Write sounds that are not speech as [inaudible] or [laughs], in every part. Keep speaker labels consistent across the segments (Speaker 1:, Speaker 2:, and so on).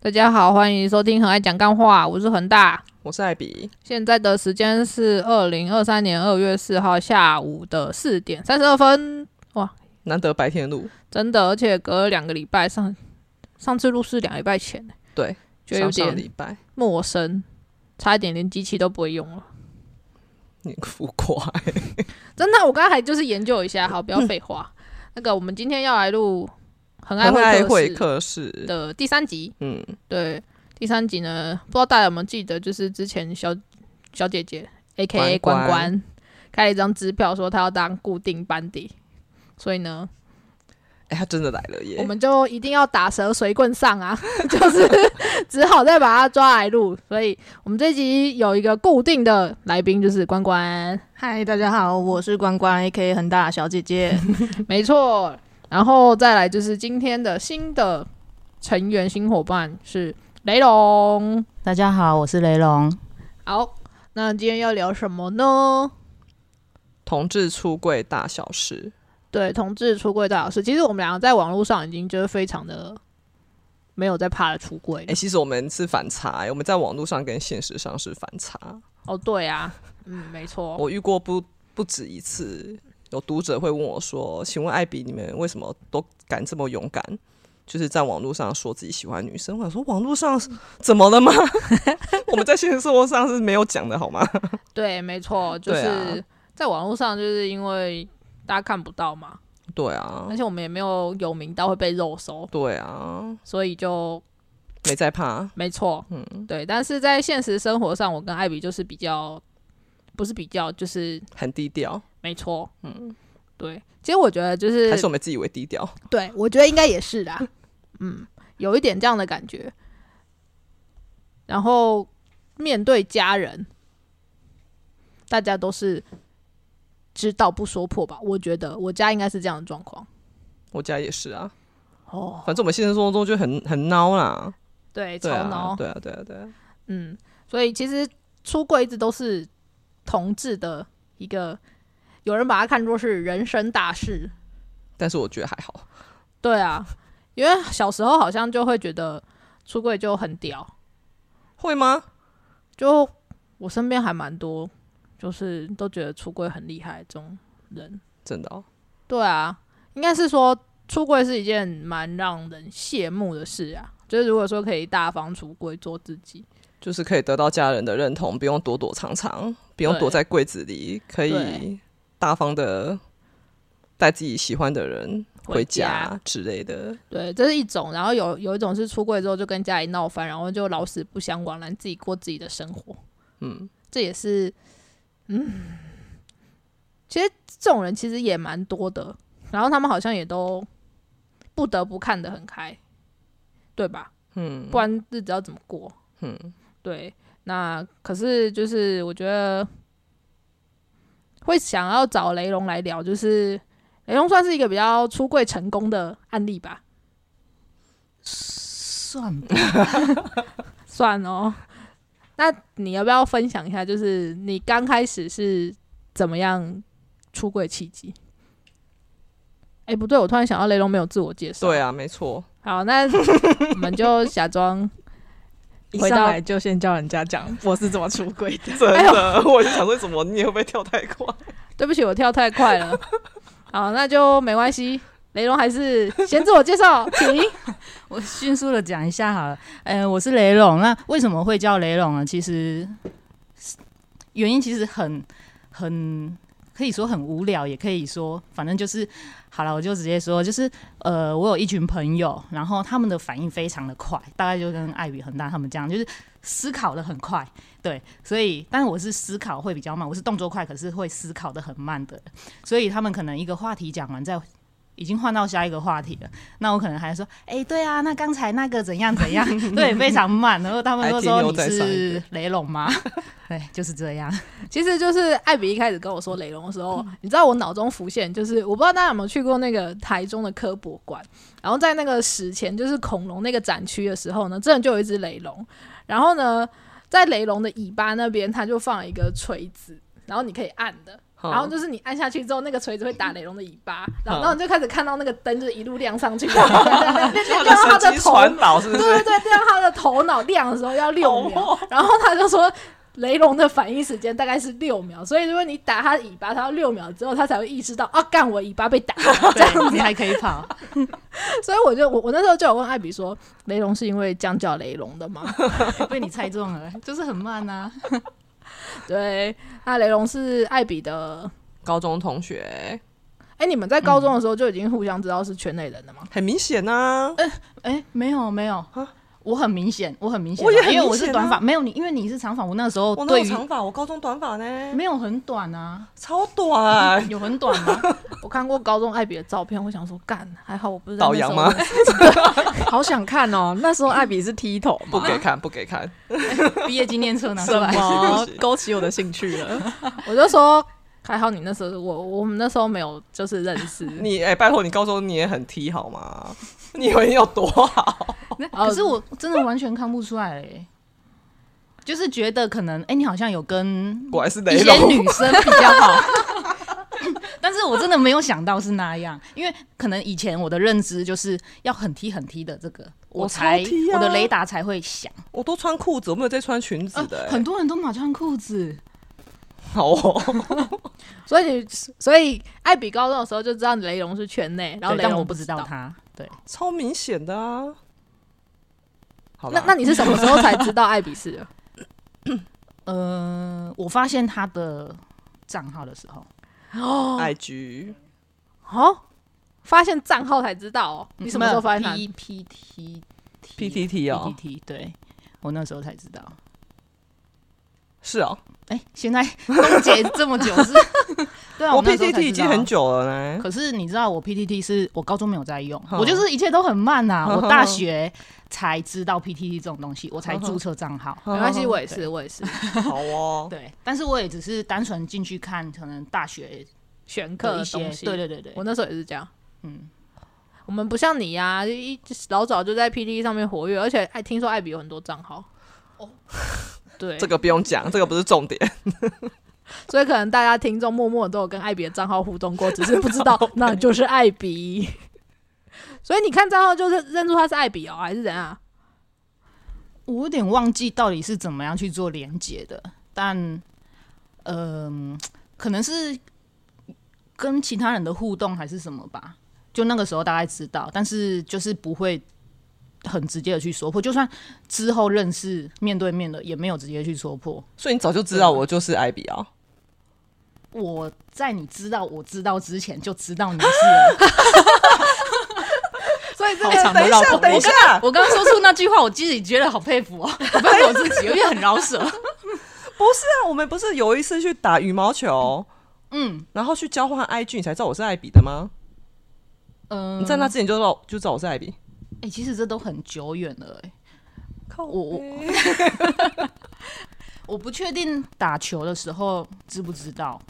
Speaker 1: 大家好，欢迎收听《很爱讲干话》，我是恒大。
Speaker 2: 我是艾比，
Speaker 1: 现在的时间是二零二三年二月四号下午的四点三十二分，
Speaker 2: 难得白天录，
Speaker 1: 真的，而且隔了两个礼拜，上上次录是两个礼拜前，
Speaker 2: 对，
Speaker 1: 觉得有
Speaker 2: 上上
Speaker 1: 点
Speaker 2: 礼拜，
Speaker 1: 陌生，差一点连机器都不会用了。
Speaker 2: 你浮夸、
Speaker 1: 真的，我刚才就是研究一
Speaker 2: [laughs]
Speaker 1: 下，好，不要废话。那个，我们今天要来录《很爱
Speaker 2: 很爱
Speaker 1: 会客
Speaker 2: 会
Speaker 1: 室
Speaker 2: 客室，
Speaker 1: 的第三集，
Speaker 2: 嗯，
Speaker 1: 对，第三集呢，不知道大家有没有记得，就是之前小小姐姐 A K A
Speaker 2: 关
Speaker 1: 关
Speaker 2: 关
Speaker 1: 关开了一张支票，说她要当固定班底，所以呢，
Speaker 2: 哎、他真的来了
Speaker 1: 我
Speaker 2: 耶，
Speaker 1: 们就一定要打蛇随棍上啊， [laughs] 就是只好再把她抓来录。所以我们这集有一个固定的来宾，就是关关，
Speaker 3: 嗨，大家好，我是关关，A K 恒大小姐姐。
Speaker 1: 没错。然后再来就是今天的新的成员新伙伴是雷龙。
Speaker 3: [laughs] 大家好，我是雷龙。
Speaker 1: 好，那今天要聊什么呢？
Speaker 2: 同志出柜大小事，
Speaker 1: 对，同志出柜大老师，其实我们两个在网络上已经就是非常的没有在怕的出柜
Speaker 2: 哎、
Speaker 1: 了。
Speaker 2: 其实我们是反差、哎我们在网络上跟现实上是反差，
Speaker 1: 哦，对啊，嗯，没错，
Speaker 2: 我遇过不不止一次，有读者会问我说，请问艾比，你们为什么都敢这么勇敢？就是在网络上说自己喜欢女生，我想说网络上是怎么了吗？ [laughs] 我们在现实生活上是没有讲的好吗？
Speaker 1: 对，没错，就
Speaker 2: 对啊
Speaker 1: 是在网络上，就是因为大家看不到嘛，
Speaker 2: 对啊
Speaker 1: 而，且我们也没有有名到会被肉搜，
Speaker 2: 对啊，
Speaker 1: 所以就
Speaker 2: 没在怕，
Speaker 1: 没错，
Speaker 2: 嗯，
Speaker 1: 对。但是在现实生活上，我跟艾比就是比较，不是比较，就是
Speaker 2: 很低调，
Speaker 1: 没错，
Speaker 2: 嗯，
Speaker 1: 对。其实我觉得就是
Speaker 2: 还是我们自以为低调，
Speaker 1: 对，我觉得应该也是啦。嗯，有一点这样的感觉。然后面对家人，大家都是知道不说破吧？我觉得我家应该是这样的状况。
Speaker 2: 我家也是啊，
Speaker 1: 哦，
Speaker 2: 反正我们现实生活中就很很孬啦，
Speaker 1: 对，超
Speaker 2: 对
Speaker 1: 孬、
Speaker 2: 啊，对啊，对啊，对啊，
Speaker 1: 嗯，所以其实出柜一直都是同志的一个，有人把它看作是人生大事。
Speaker 2: 但是我觉得还好，
Speaker 1: 对啊，因为小时候好像就会觉得出柜就很屌，
Speaker 2: 会吗？
Speaker 1: 就我身边还蛮多，就是都觉得出柜很厉害的这种人。
Speaker 2: 真的、哦，
Speaker 1: 对啊，应该是说出柜是一件蛮让人羡慕的事啊。就是如果说可以大方出柜做自己，
Speaker 2: 就是可以得到家人的认同，不用躲躲藏藏，不用
Speaker 1: 对
Speaker 2: 躲在柜子里，可以
Speaker 1: 对
Speaker 2: 大方的带自己喜欢的人
Speaker 1: 回
Speaker 2: 回
Speaker 1: 家
Speaker 2: 家之类的，
Speaker 1: 对，这是一种。然后有有一种是出柜之后就跟家里闹翻，然后就老死不相往来，自己过自己的生活。
Speaker 2: 嗯，
Speaker 1: 这也是，嗯，其实这种人其实也蛮多的，然后他们好像也都不得不看得很开，对吧？
Speaker 2: 嗯，
Speaker 1: 不然日子要怎么过？
Speaker 2: 嗯，
Speaker 1: 对，那可是就是我觉得会想要找雷龙来聊，就是雷龙算是一个比较出柜成功的案例吧，
Speaker 3: 算吧，
Speaker 1: 算哦。 [laughs] 那你要不要分享一下，就是你刚开始是怎么样出柜契机？哎、不对，我突然想到雷龙没有自我介绍。
Speaker 2: 对啊，没错，
Speaker 1: 好，那我们就假装。 [laughs]
Speaker 3: 一
Speaker 1: 回到
Speaker 3: 上来就先叫人家讲我是怎么出轨的。
Speaker 2: [laughs] 真
Speaker 1: 哎
Speaker 2: 的，我就想说，怎么你也会不会跳太快？
Speaker 1: 对不起，我跳太快了。好，那就没关系。雷龙还是先自我介绍，请。
Speaker 3: [laughs] 我迅速的讲一下好了。呃，我是雷龙。那为什么会叫雷龙呢？其实原因其实很很可以说很无聊，也可以说反正就是好了，我就直接说，就是呃，我有一群朋友，然后他们的反应非常的快，大概就跟艾比恒大他们这样，就是思考的很快。对，所以但是我是思考会比较慢，我是动作快，可是会思考的很慢的人，所以他们可能一个话题讲完再。已经换到下一个话题了，那我可能还说，哎、对啊，那刚才那个怎样怎样，对，非常慢。然后他们都
Speaker 2: 还
Speaker 3: 说
Speaker 2: 停留
Speaker 3: 你
Speaker 2: 在上一
Speaker 3: 是雷龙吗？对，就是这样。
Speaker 1: 其实就是艾比一开始跟我说雷龙的时候，你知道我脑中浮现，就是我不知道大家有没有去过那个台中的科博馆，然后在那个史前就是恐龙那个展区的时候呢，真的就有一只雷龙，然后呢，在雷龙的尾巴那边，它就放了一个锤子，然后你可以按的，
Speaker 2: 好
Speaker 1: 然后就是你按下去之后，那个锤子会打雷龙的尾巴，然后
Speaker 2: 嗯
Speaker 1: 然后你就开始看到那个灯就是一路亮上去，亮亮亮亮亮亮到他
Speaker 2: 神
Speaker 1: 的
Speaker 2: 经
Speaker 1: 头，
Speaker 2: 传导是不
Speaker 1: 对 [laughs] 对
Speaker 2: 是？
Speaker 1: 对，亮到他的头脑亮的时候要六秒，然后他就说。雷龙的反应时间大概是六秒，所以如果你打他尾巴，他要六秒之后，他才会意识到啊，干我尾巴被打了。
Speaker 3: [laughs]
Speaker 1: [laughs]
Speaker 3: 哦这样你还可以跑。
Speaker 1: 所以我就我我那时候就有问艾比说，雷龙是因为这样叫雷龙的吗？
Speaker 3: 被你猜中了，就是很慢啊。
Speaker 1: 对，那雷龙是艾比的。
Speaker 2: 高中同学
Speaker 1: 哎、你们在高中的时候就已经互相知道是圈内人了吗？
Speaker 2: 很明显啊呐、
Speaker 3: 哎、没有没有
Speaker 2: 啊，
Speaker 3: 我很明显，我很明显啊，
Speaker 2: 我也很
Speaker 3: 因为我
Speaker 2: 明显啊
Speaker 3: 是短发，没有你，因为你是长发，我那个时候
Speaker 2: 我那
Speaker 3: 对
Speaker 2: 有
Speaker 3: 于
Speaker 2: 长发，我高中短发呢，
Speaker 3: 没有很短啊，
Speaker 2: 超
Speaker 3: [laughs]
Speaker 2: 短。
Speaker 3: 有很短吗？
Speaker 1: 我看过高中艾比的照片，我想说，干，还好我不是
Speaker 2: 导羊吗？？
Speaker 4: 好想看哦！那时候艾比是剃头
Speaker 2: 不
Speaker 4: 嘛，
Speaker 3: 啊
Speaker 2: 给看，不给看。
Speaker 3: [laughs] 毕业纪念册拿出
Speaker 4: 什
Speaker 3: 来， [laughs]
Speaker 4: 么勾起我的兴趣了？
Speaker 1: 我就说，还好你那时候，我我们那时候没有就是认识。
Speaker 2: 你哎、拜托你高中你也很 T 好吗？ [laughs] 你以为你有多好？ [laughs]
Speaker 3: 那可是我真的完全看不出来、欸，就是觉得可能哎、你好像有跟
Speaker 2: 果然 [laughs] 是
Speaker 3: 一
Speaker 2: 雷
Speaker 3: 些
Speaker 2: 龙。
Speaker 3: 女生比较好。 [laughs] 但是我真的没有想到是那样，因为可能以前我的认知就是要很踢很踢的这个，
Speaker 2: 我超
Speaker 3: 才
Speaker 2: 踢啊
Speaker 3: 我的雷达才会响。
Speaker 2: 我都穿裤子，我没有在穿裙子的、
Speaker 3: 呃
Speaker 2: 哎
Speaker 3: 很多人都马穿裤子，
Speaker 2: 好哦，
Speaker 1: 所以所以艾比高中的时候就知道雷龙是圈内，然后
Speaker 3: 对
Speaker 1: 雷
Speaker 3: 但
Speaker 1: 龙
Speaker 3: 我不
Speaker 1: 知
Speaker 3: 知
Speaker 1: 道
Speaker 3: 道。他。对，
Speaker 2: [laughs] 超明显的啊。好
Speaker 1: 那
Speaker 2: 啦
Speaker 1: 那你是什么时候才知道艾比是的？
Speaker 3: 呃，我发现他的账号的时候，
Speaker 2: IG
Speaker 1: 哦，发现账号才知道哦。你什么时候发现他？
Speaker 3: P P T
Speaker 2: PTT 哦
Speaker 3: P，T？对，我那时候才知道。
Speaker 2: 是哦，
Speaker 3: 哎，现在冻结这么久
Speaker 2: [laughs]
Speaker 3: 是？对啊，
Speaker 2: 我
Speaker 3: 那时候才
Speaker 2: PTT 已
Speaker 3: 知
Speaker 2: 经
Speaker 3: 道啊
Speaker 2: 很。久了
Speaker 1: 嗯
Speaker 3: [laughs]
Speaker 2: 呢。
Speaker 3: 可是你知道，我 PTT 是我高中没有在用，
Speaker 2: 哼
Speaker 3: 我就是一切都很慢呐、
Speaker 1: 嗯
Speaker 2: 哼哼
Speaker 3: 我大学才知道 PTT 这种东西，我才注册账号。
Speaker 1: 没关系，我也
Speaker 3: 对
Speaker 1: 是，我
Speaker 3: [laughs]
Speaker 1: 也是
Speaker 2: 好哦，
Speaker 3: 对，但是我也只是单纯进去看，可能大学
Speaker 1: 选课
Speaker 3: 的一
Speaker 1: 的
Speaker 3: 些
Speaker 1: 东，西。
Speaker 3: 对对对对，
Speaker 1: 我那时候也是这样。
Speaker 3: 嗯，
Speaker 1: 我们不像你呀、就一老早就在 PDE 上面活跃，而且爱听说艾比有很多账号。哦，对，
Speaker 2: 这个不用讲，这个不是重点。 [laughs]
Speaker 1: 所以可能大家听众默默都有跟艾比的账号互动过，只是不知道那就是艾比。所以你看账号就是认出他是艾比哦，还是怎样？
Speaker 3: 我有点忘记到底是怎么样去做连接的，但嗯、可能是跟其他人的互动还是什么吧。就那个时候大概知道，但是就是不会很直接的去说破。就算之后认识面对面的，也没有直接去说破。
Speaker 2: 所以你早就知道我就是艾比啊，
Speaker 3: 我在你知道我知道之前就知道你是了。
Speaker 1: 所以这
Speaker 3: 好长的绕口
Speaker 2: 等一
Speaker 3: 令。
Speaker 2: 下，
Speaker 3: [laughs] 我刚刚说出那句话，我自己觉得好佩服哦，好佩服我自己，有点很饶舌。
Speaker 2: 不是啊，我们不是有一次去打羽毛球，
Speaker 3: 嗯
Speaker 2: 然后去交换 IG，你才知道我是艾比的吗？
Speaker 3: [laughs] 嗯，
Speaker 2: 你在那之前就知道就知道我是艾比，
Speaker 3: 哎、其实这都很久远了、欸，
Speaker 2: 靠
Speaker 3: 我我 [laughs] 我不确定打球的时候知不知道，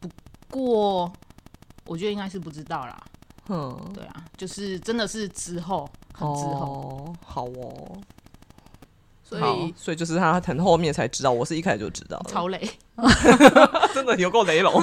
Speaker 3: 不过我觉得应该是不知道啦。
Speaker 2: 嗯，
Speaker 3: 对啊，就是真的是之后，很之后，
Speaker 2: 哦，好哦，
Speaker 1: 所
Speaker 2: 好
Speaker 1: 以，
Speaker 2: 所以就是他很后面才知道，我是一开始就知道了，
Speaker 3: 超累。
Speaker 2: 真的有够雷龙。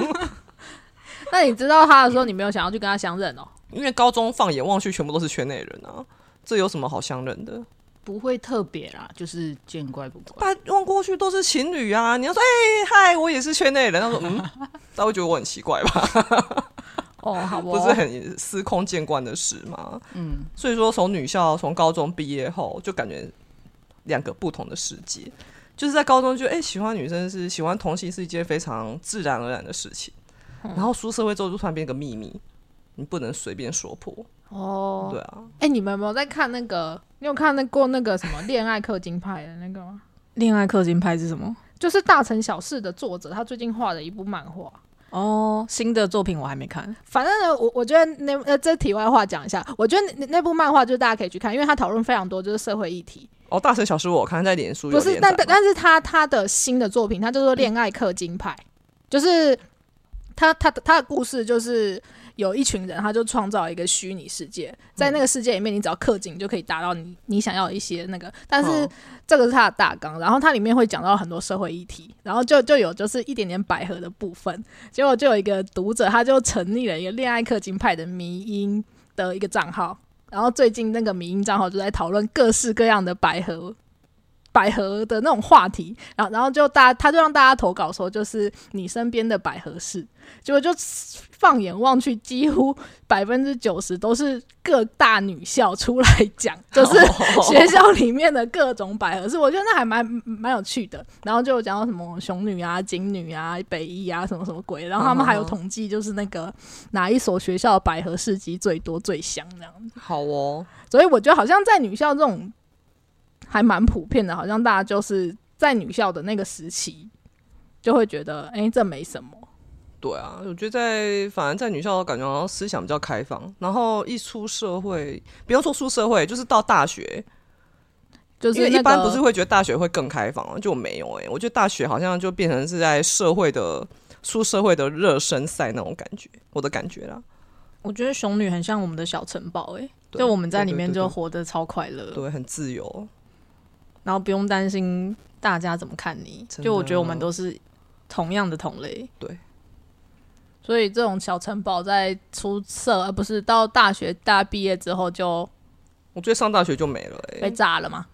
Speaker 1: 那你知道他的时候，你没有想要去跟他相认哦？
Speaker 2: [laughs] 因为高中放眼望去，全部都是圈内人啊，这有什么好相认的？
Speaker 3: 不会特别啦，就是见怪不怪。
Speaker 2: 把望过去都是情侣啊！你要说，哎、嗨，我也是圈内人，他说，嗯， [laughs] 他会觉得我很奇怪吧？
Speaker 1: 哦，好不
Speaker 2: 不是很司空见惯的事吗？
Speaker 3: 嗯，
Speaker 2: 所以说，从女校从高中毕业后，就感觉两个不同的世界。就是在高中就哎、喜欢女生是喜欢同性是一件非常自然而然的事情，
Speaker 1: 嗯
Speaker 2: 然后出社会之后就突然变个秘密，你不能随便说破。
Speaker 1: 哦
Speaker 2: 对。啊，
Speaker 1: 哎、你们有没有在看那个？你有看那过那个什么恋爱氪金派的那个吗？
Speaker 4: 恋爱氪金派是什么？
Speaker 1: 就是《大城小事》的作者，他最近画的一部漫画。
Speaker 4: 哦，新的作品我还没看。
Speaker 1: 反正呢，我我觉得那呃，这题外话讲一下，我觉得那那部漫画就是大家可以去看，因为它讨论非常多就是社会议题。
Speaker 2: 哦，大城小事我看在脸书有
Speaker 1: 不是，
Speaker 2: 连载
Speaker 1: 但但
Speaker 2: 嘛
Speaker 1: 但是他他的新的作品，他叫做《恋爱氪金派》，就是他他他的故事就是有一群人，他就创造一个虚拟世界，在
Speaker 2: 嗯
Speaker 1: 那个世界里面，你只要氪金就可以达到你你想要的一些那个。但是
Speaker 2: 哦
Speaker 1: 这个是它的大纲，然后它里面会讲到很多社会议题，然后就就有就是一点点百合的部分。结果就有一个读者，他就成立了一个恋爱氪金派的迷音的一个账号，然后最近那个迷音账号就在讨论各式各样的百合。百合的那种话题，然后然后就大家他就让大家投稿说，就是你身边的百合事，结果就放眼望去，几乎百分之九十都是各大女校出来讲，就是
Speaker 2: [laughs]
Speaker 1: 学校里面的各种百合是，我觉得那还蛮蛮有趣的。然后就有讲到什么熊女啊、警女啊、北艺啊，什么什么鬼。然后他们还有统计，就是那个哪一所学校的百合市集最多最香这样子。
Speaker 2: 好哦，
Speaker 1: 所以我觉得好像在女校这种还蛮普遍的，好像大家就是在女校的那个时期就会觉得，哎、这没什么。
Speaker 2: 对啊，我觉得在反正在女校感觉好像思想比较开放，然后一出社会，不要说出社会，就是到大学，
Speaker 1: 就
Speaker 2: 因
Speaker 1: 是、
Speaker 2: 为
Speaker 1: 那个、
Speaker 2: 一般不是会觉得大学会更开放吗？就没有哎、我觉得大学好像就变成是在社会的出社会的热身赛那种感觉，我的感觉啦。
Speaker 4: 我觉得熊女很像我们的小城堡、欸，哎，
Speaker 2: 对
Speaker 4: 就我们在里面
Speaker 2: 对对对
Speaker 4: 就活得超快乐，
Speaker 2: 对，很自由，
Speaker 4: 然后不用担心大家怎么看你。
Speaker 2: 真的
Speaker 4: 就我觉得我们都是同样的同类，
Speaker 1: 所以这种小城堡在出社，呃而不是到大学大毕业之后就
Speaker 2: 我觉得上大学就没了哎、
Speaker 1: 被炸了嘛。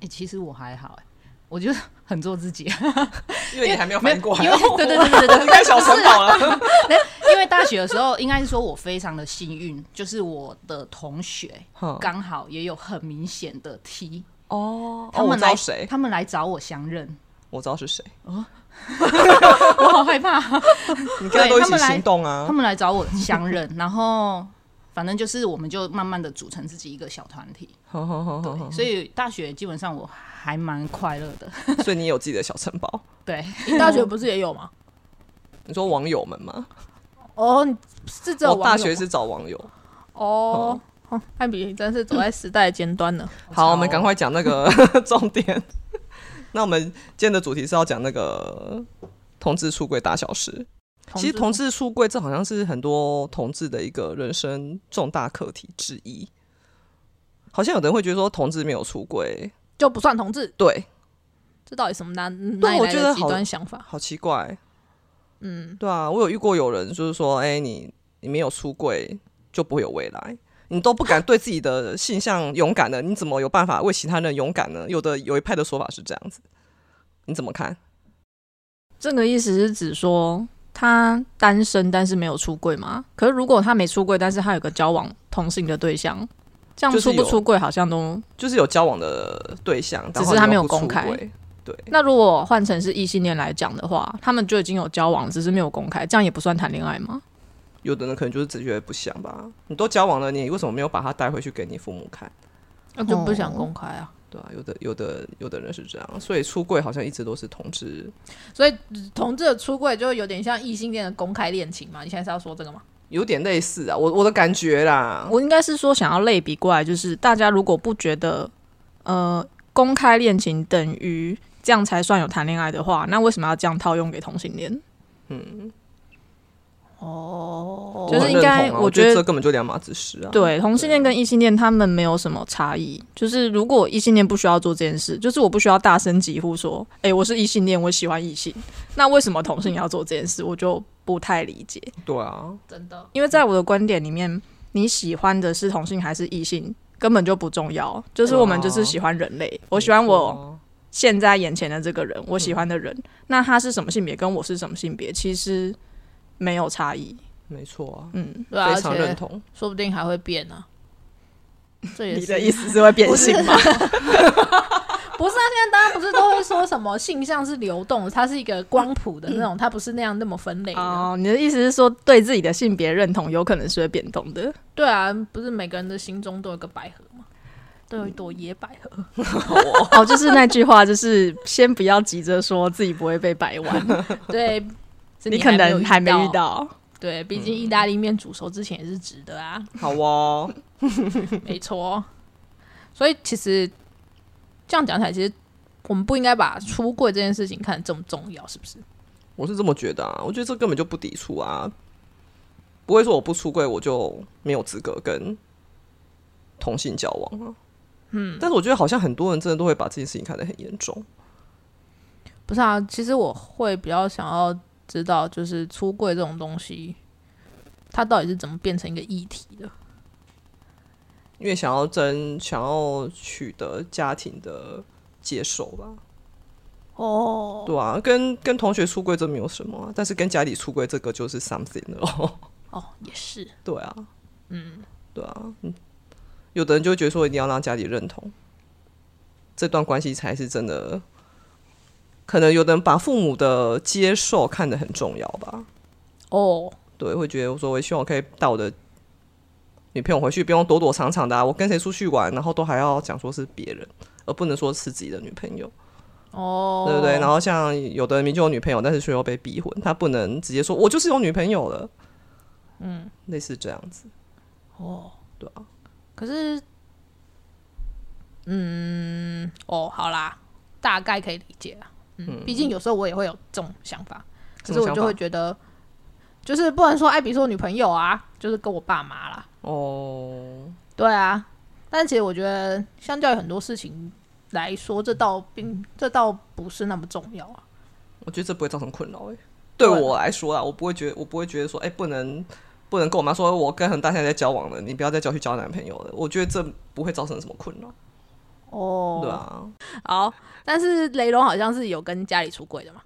Speaker 3: 哎、其实我还好、哎，我就很做自己。
Speaker 2: 因为你还没有反应过来，
Speaker 3: 因为对对对对对对，
Speaker 2: 太小城堡了。
Speaker 3: 因为大学的时候，应该是说我非常的幸运，就是我的同学
Speaker 2: 好
Speaker 3: 刚好也有很明显的 T，
Speaker 2: 哦，
Speaker 3: 他
Speaker 2: 哦，我
Speaker 3: 们
Speaker 2: 知
Speaker 3: 来、
Speaker 2: 道谁，
Speaker 3: 他们来找我相认， [laughs]
Speaker 2: 我知道是谁，
Speaker 3: 我好害
Speaker 2: [laughs]
Speaker 3: 怕。
Speaker 2: 你跟他
Speaker 3: 对
Speaker 2: 都一
Speaker 3: 他
Speaker 2: 起
Speaker 3: 们来
Speaker 2: 行动
Speaker 3: 他
Speaker 2: 啊。
Speaker 3: 们来找我相认，然后反正就是我们就慢慢的组成自己一个小团体。
Speaker 2: 好好好好好
Speaker 3: 对，，所以大学基本上我还蛮快乐的。
Speaker 2: 所以你有自己的小城堡。
Speaker 3: 对，
Speaker 1: 你大学不是也有吗？
Speaker 2: 你说网友们吗？
Speaker 1: 哦，你是这
Speaker 2: 我
Speaker 1: 网友吗
Speaker 2: 大学是找网友。
Speaker 1: 哦。哼汉比你真是走在时代的尖
Speaker 2: [laughs]
Speaker 1: 端呢。
Speaker 2: 好，哦我们赶快讲那个 [laughs] 重点。那我们今天的主题是要讲那个同志出柜大小事。其实同志出柜这好像是很多同志的一个人生重大课题之一。好像有的人会觉得说同志没有出柜，
Speaker 1: 就不算同志，
Speaker 2: 对，
Speaker 1: 这到底什么难？哪
Speaker 2: 对
Speaker 1: 里
Speaker 2: 我
Speaker 1: 来
Speaker 2: 觉
Speaker 1: 的
Speaker 2: 得
Speaker 1: 极
Speaker 2: 好
Speaker 1: 端想法？
Speaker 2: 好奇怪。
Speaker 1: 嗯，
Speaker 2: 对啊，我有遇过有人就是说，哎、你你没有出柜就不会有未来，你都不敢对自己的性向勇敢的，你怎么有办法为其他人勇敢呢？有的有一派的说法是这样子，你怎么看？
Speaker 4: 这个意思是指说他单身但是没有出柜吗？可是如果他没出柜，但是他有个交往同性的对象，这样
Speaker 2: 就是
Speaker 4: 出不
Speaker 2: 有
Speaker 4: 出柜好像都……
Speaker 2: 就是有交往的对象，
Speaker 4: 只
Speaker 2: 然后
Speaker 4: 是他
Speaker 2: 你又
Speaker 4: 没有
Speaker 2: 不出
Speaker 4: 公开
Speaker 2: 轨。对，
Speaker 4: 那如果换成是异性恋来讲的话，他们就已经有交往，只是没有公开，这样也不算谈恋爱吗？
Speaker 2: 哦有的人可能就是只觉得不想吧。你都交往了，你为什么没有把他带回去给你父母看？
Speaker 1: 那就不想公开啊。
Speaker 2: 对啊，有的有的有的人是这样，所以出柜好像一直都是同志。
Speaker 1: 所以同志的出柜就有点像异性恋的公开恋情嘛？你现在是要说这个吗？
Speaker 2: 有点类似啊，我我的感觉啦，
Speaker 4: 我应该是说想要类比过来，就是大家如果不觉得呃公开恋情等于这样才算有谈恋爱的话，那为什么要这样套用给同性恋？
Speaker 1: 哦
Speaker 2: 我
Speaker 4: 就是
Speaker 2: 很
Speaker 4: 应该
Speaker 2: 认同啊
Speaker 4: 我
Speaker 2: 我
Speaker 4: 觉得
Speaker 2: 这根本就两码子事啊。
Speaker 4: 对，同性恋跟异性恋他们没有什么差异。就是如果异性恋不需要做这件事，就是我不需要大声疾呼说：“诶，我是异性恋，我喜欢异性。”那为什么同性要做这件事？我就不太理解。
Speaker 2: 对啊，
Speaker 1: 真的，
Speaker 4: 因为在我的观点里面，你喜欢的是同性还是异性根本就不重要，就是我们就是喜欢人类。我喜欢我现在眼前的这个
Speaker 3: 嗯
Speaker 4: 人，我喜欢的人，那他是什么性别，跟我是什么性别，其实没有差异。
Speaker 2: 没错
Speaker 4: 嗯，
Speaker 1: 对
Speaker 2: 啊，
Speaker 1: 啊，
Speaker 2: 非常
Speaker 1: 而且
Speaker 2: 认同。
Speaker 1: 说不定还会变呢、这也
Speaker 4: 你
Speaker 1: 是
Speaker 4: 的意思是会变性吗？
Speaker 1: 不是啊，现在大家不是都会说什么性向是流动的，它是一个光谱的那种，它不是那样那么分类的。
Speaker 4: 哦，你的意思是说对自己的性别认同有可能是会变动的？
Speaker 1: 对啊，不是每个人的心中都有个百合吗？嗯都有一朵野百合。
Speaker 4: [laughs] 哦，就是那句话，就是先不要急着说自己不会被
Speaker 3: [laughs]
Speaker 4: 掰弯，
Speaker 1: [laughs] 对，是
Speaker 4: 你可能还没
Speaker 1: 遇嗯
Speaker 4: 遇。到。
Speaker 1: 对，毕竟意大利面煮熟之前也是直的 [laughs] 啊，
Speaker 2: 好哦， [laughs]
Speaker 1: 没错。哦所以其实这样讲起来，其实我们不应该把出柜这件事情看得这么重要，是不是？
Speaker 2: 我是这么觉得啊，我觉得这根本就不抵触啊。不会说我不出柜我就没有资格跟同性交往了。嗯，但是我觉得好像很多人真的都会把这件事情看得很严重。
Speaker 1: 不是啊，其实我会比较想要知道，就是出柜这种东西，它到底是怎么变成一个议题的？
Speaker 2: 因为想要争，想要取得家庭的接受吧。
Speaker 1: 哦，
Speaker 2: 对啊，跟跟同学出柜这没有什么啊、但是跟家里出柜这个就是 something 了 [laughs] 咯。
Speaker 1: 哦，也是，
Speaker 2: 对啊，
Speaker 1: 嗯，
Speaker 2: 对啊，嗯，有的人就会觉得说一定要让家里认同，这段关系才是真的。可能有的人把父母的接受看得很重要吧，
Speaker 1: 哦，
Speaker 2: 对，会觉得说，我希望我可以带我的女朋友回去，不用躲躲藏藏的、啊。我跟谁出去玩，然后都还要讲说是别人，而不能说是自己的女朋友。
Speaker 1: 哦，
Speaker 2: 对不对？然后像有的人明明就有女朋友，但是却又被逼婚，他不能直接说“我就是有女朋友了”，嗯，类似这样子。
Speaker 1: 哦，
Speaker 2: 对啊，
Speaker 1: 可是，嗯，哦，好啦，大概可以理解啊。嗯，毕竟有时候我也会有这种想法，可
Speaker 2: 什
Speaker 1: 是
Speaker 2: 么
Speaker 1: 我
Speaker 2: 想
Speaker 1: 就会
Speaker 2: 法？
Speaker 1: 觉得，就是不能说艾比是我女朋友啊，就是跟我爸妈啦。
Speaker 2: 哦，
Speaker 1: 对啊，但其实我觉得，相较于很多事情来说，这倒并这倒不是那么重要啊。
Speaker 2: 我觉得这不会造成困扰诶、对
Speaker 1: 对
Speaker 2: 我来说啦，我不会觉得，我不会觉得说，哎、不能不能跟我妈说，我跟很大现在在交往了，你不要再叫我去交男朋友了。我觉得这不会造成什么困扰，
Speaker 1: 哦，
Speaker 2: 对啊，
Speaker 1: 好，但是雷龙好像是有跟家里出轨的嘛？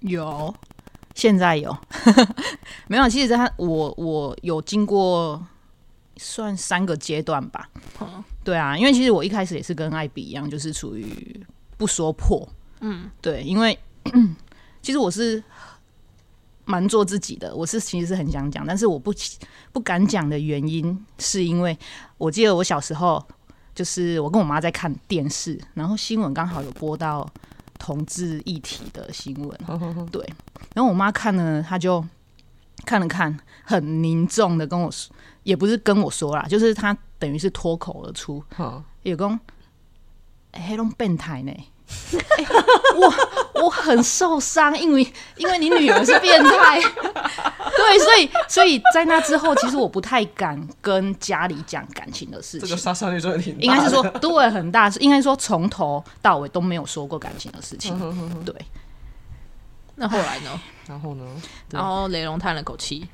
Speaker 3: 有，现在有， [laughs] 没有？其实他我我有经过算三个阶段吧。对啊，因为其实我一开始也是跟艾比一样，就是处于不说破。嗯，对，因为 [clears throat] 其实我是蛮做自己的，我是其实是很想讲，但是我不不敢讲的原因，是因为我记得我小时候。就是我跟我妈在看电视，然后新闻刚好有播到同志议题的新闻，然后我妈看了，她就看了看，很凝重的跟我说，也不是跟我说啦，就是她等于是脱口而出，
Speaker 2: 好，
Speaker 3: 也讲，哎、欸，拢变态呢。 [laughs] 欸我我很受伤，因为因为你女儿是变态， [laughs] 对，所以所以在那之后，其实我不太敢跟家里讲感情的事
Speaker 2: 这
Speaker 3: 情，
Speaker 2: 个杀伤力真的挺大的
Speaker 3: 应该是说对很大，是应该说从头到尾都没有说过感情的事
Speaker 2: 嗯
Speaker 3: 情，对，
Speaker 1: 那后来呢？
Speaker 2: [laughs] 然后呢？
Speaker 1: 然后雷龙叹了口气，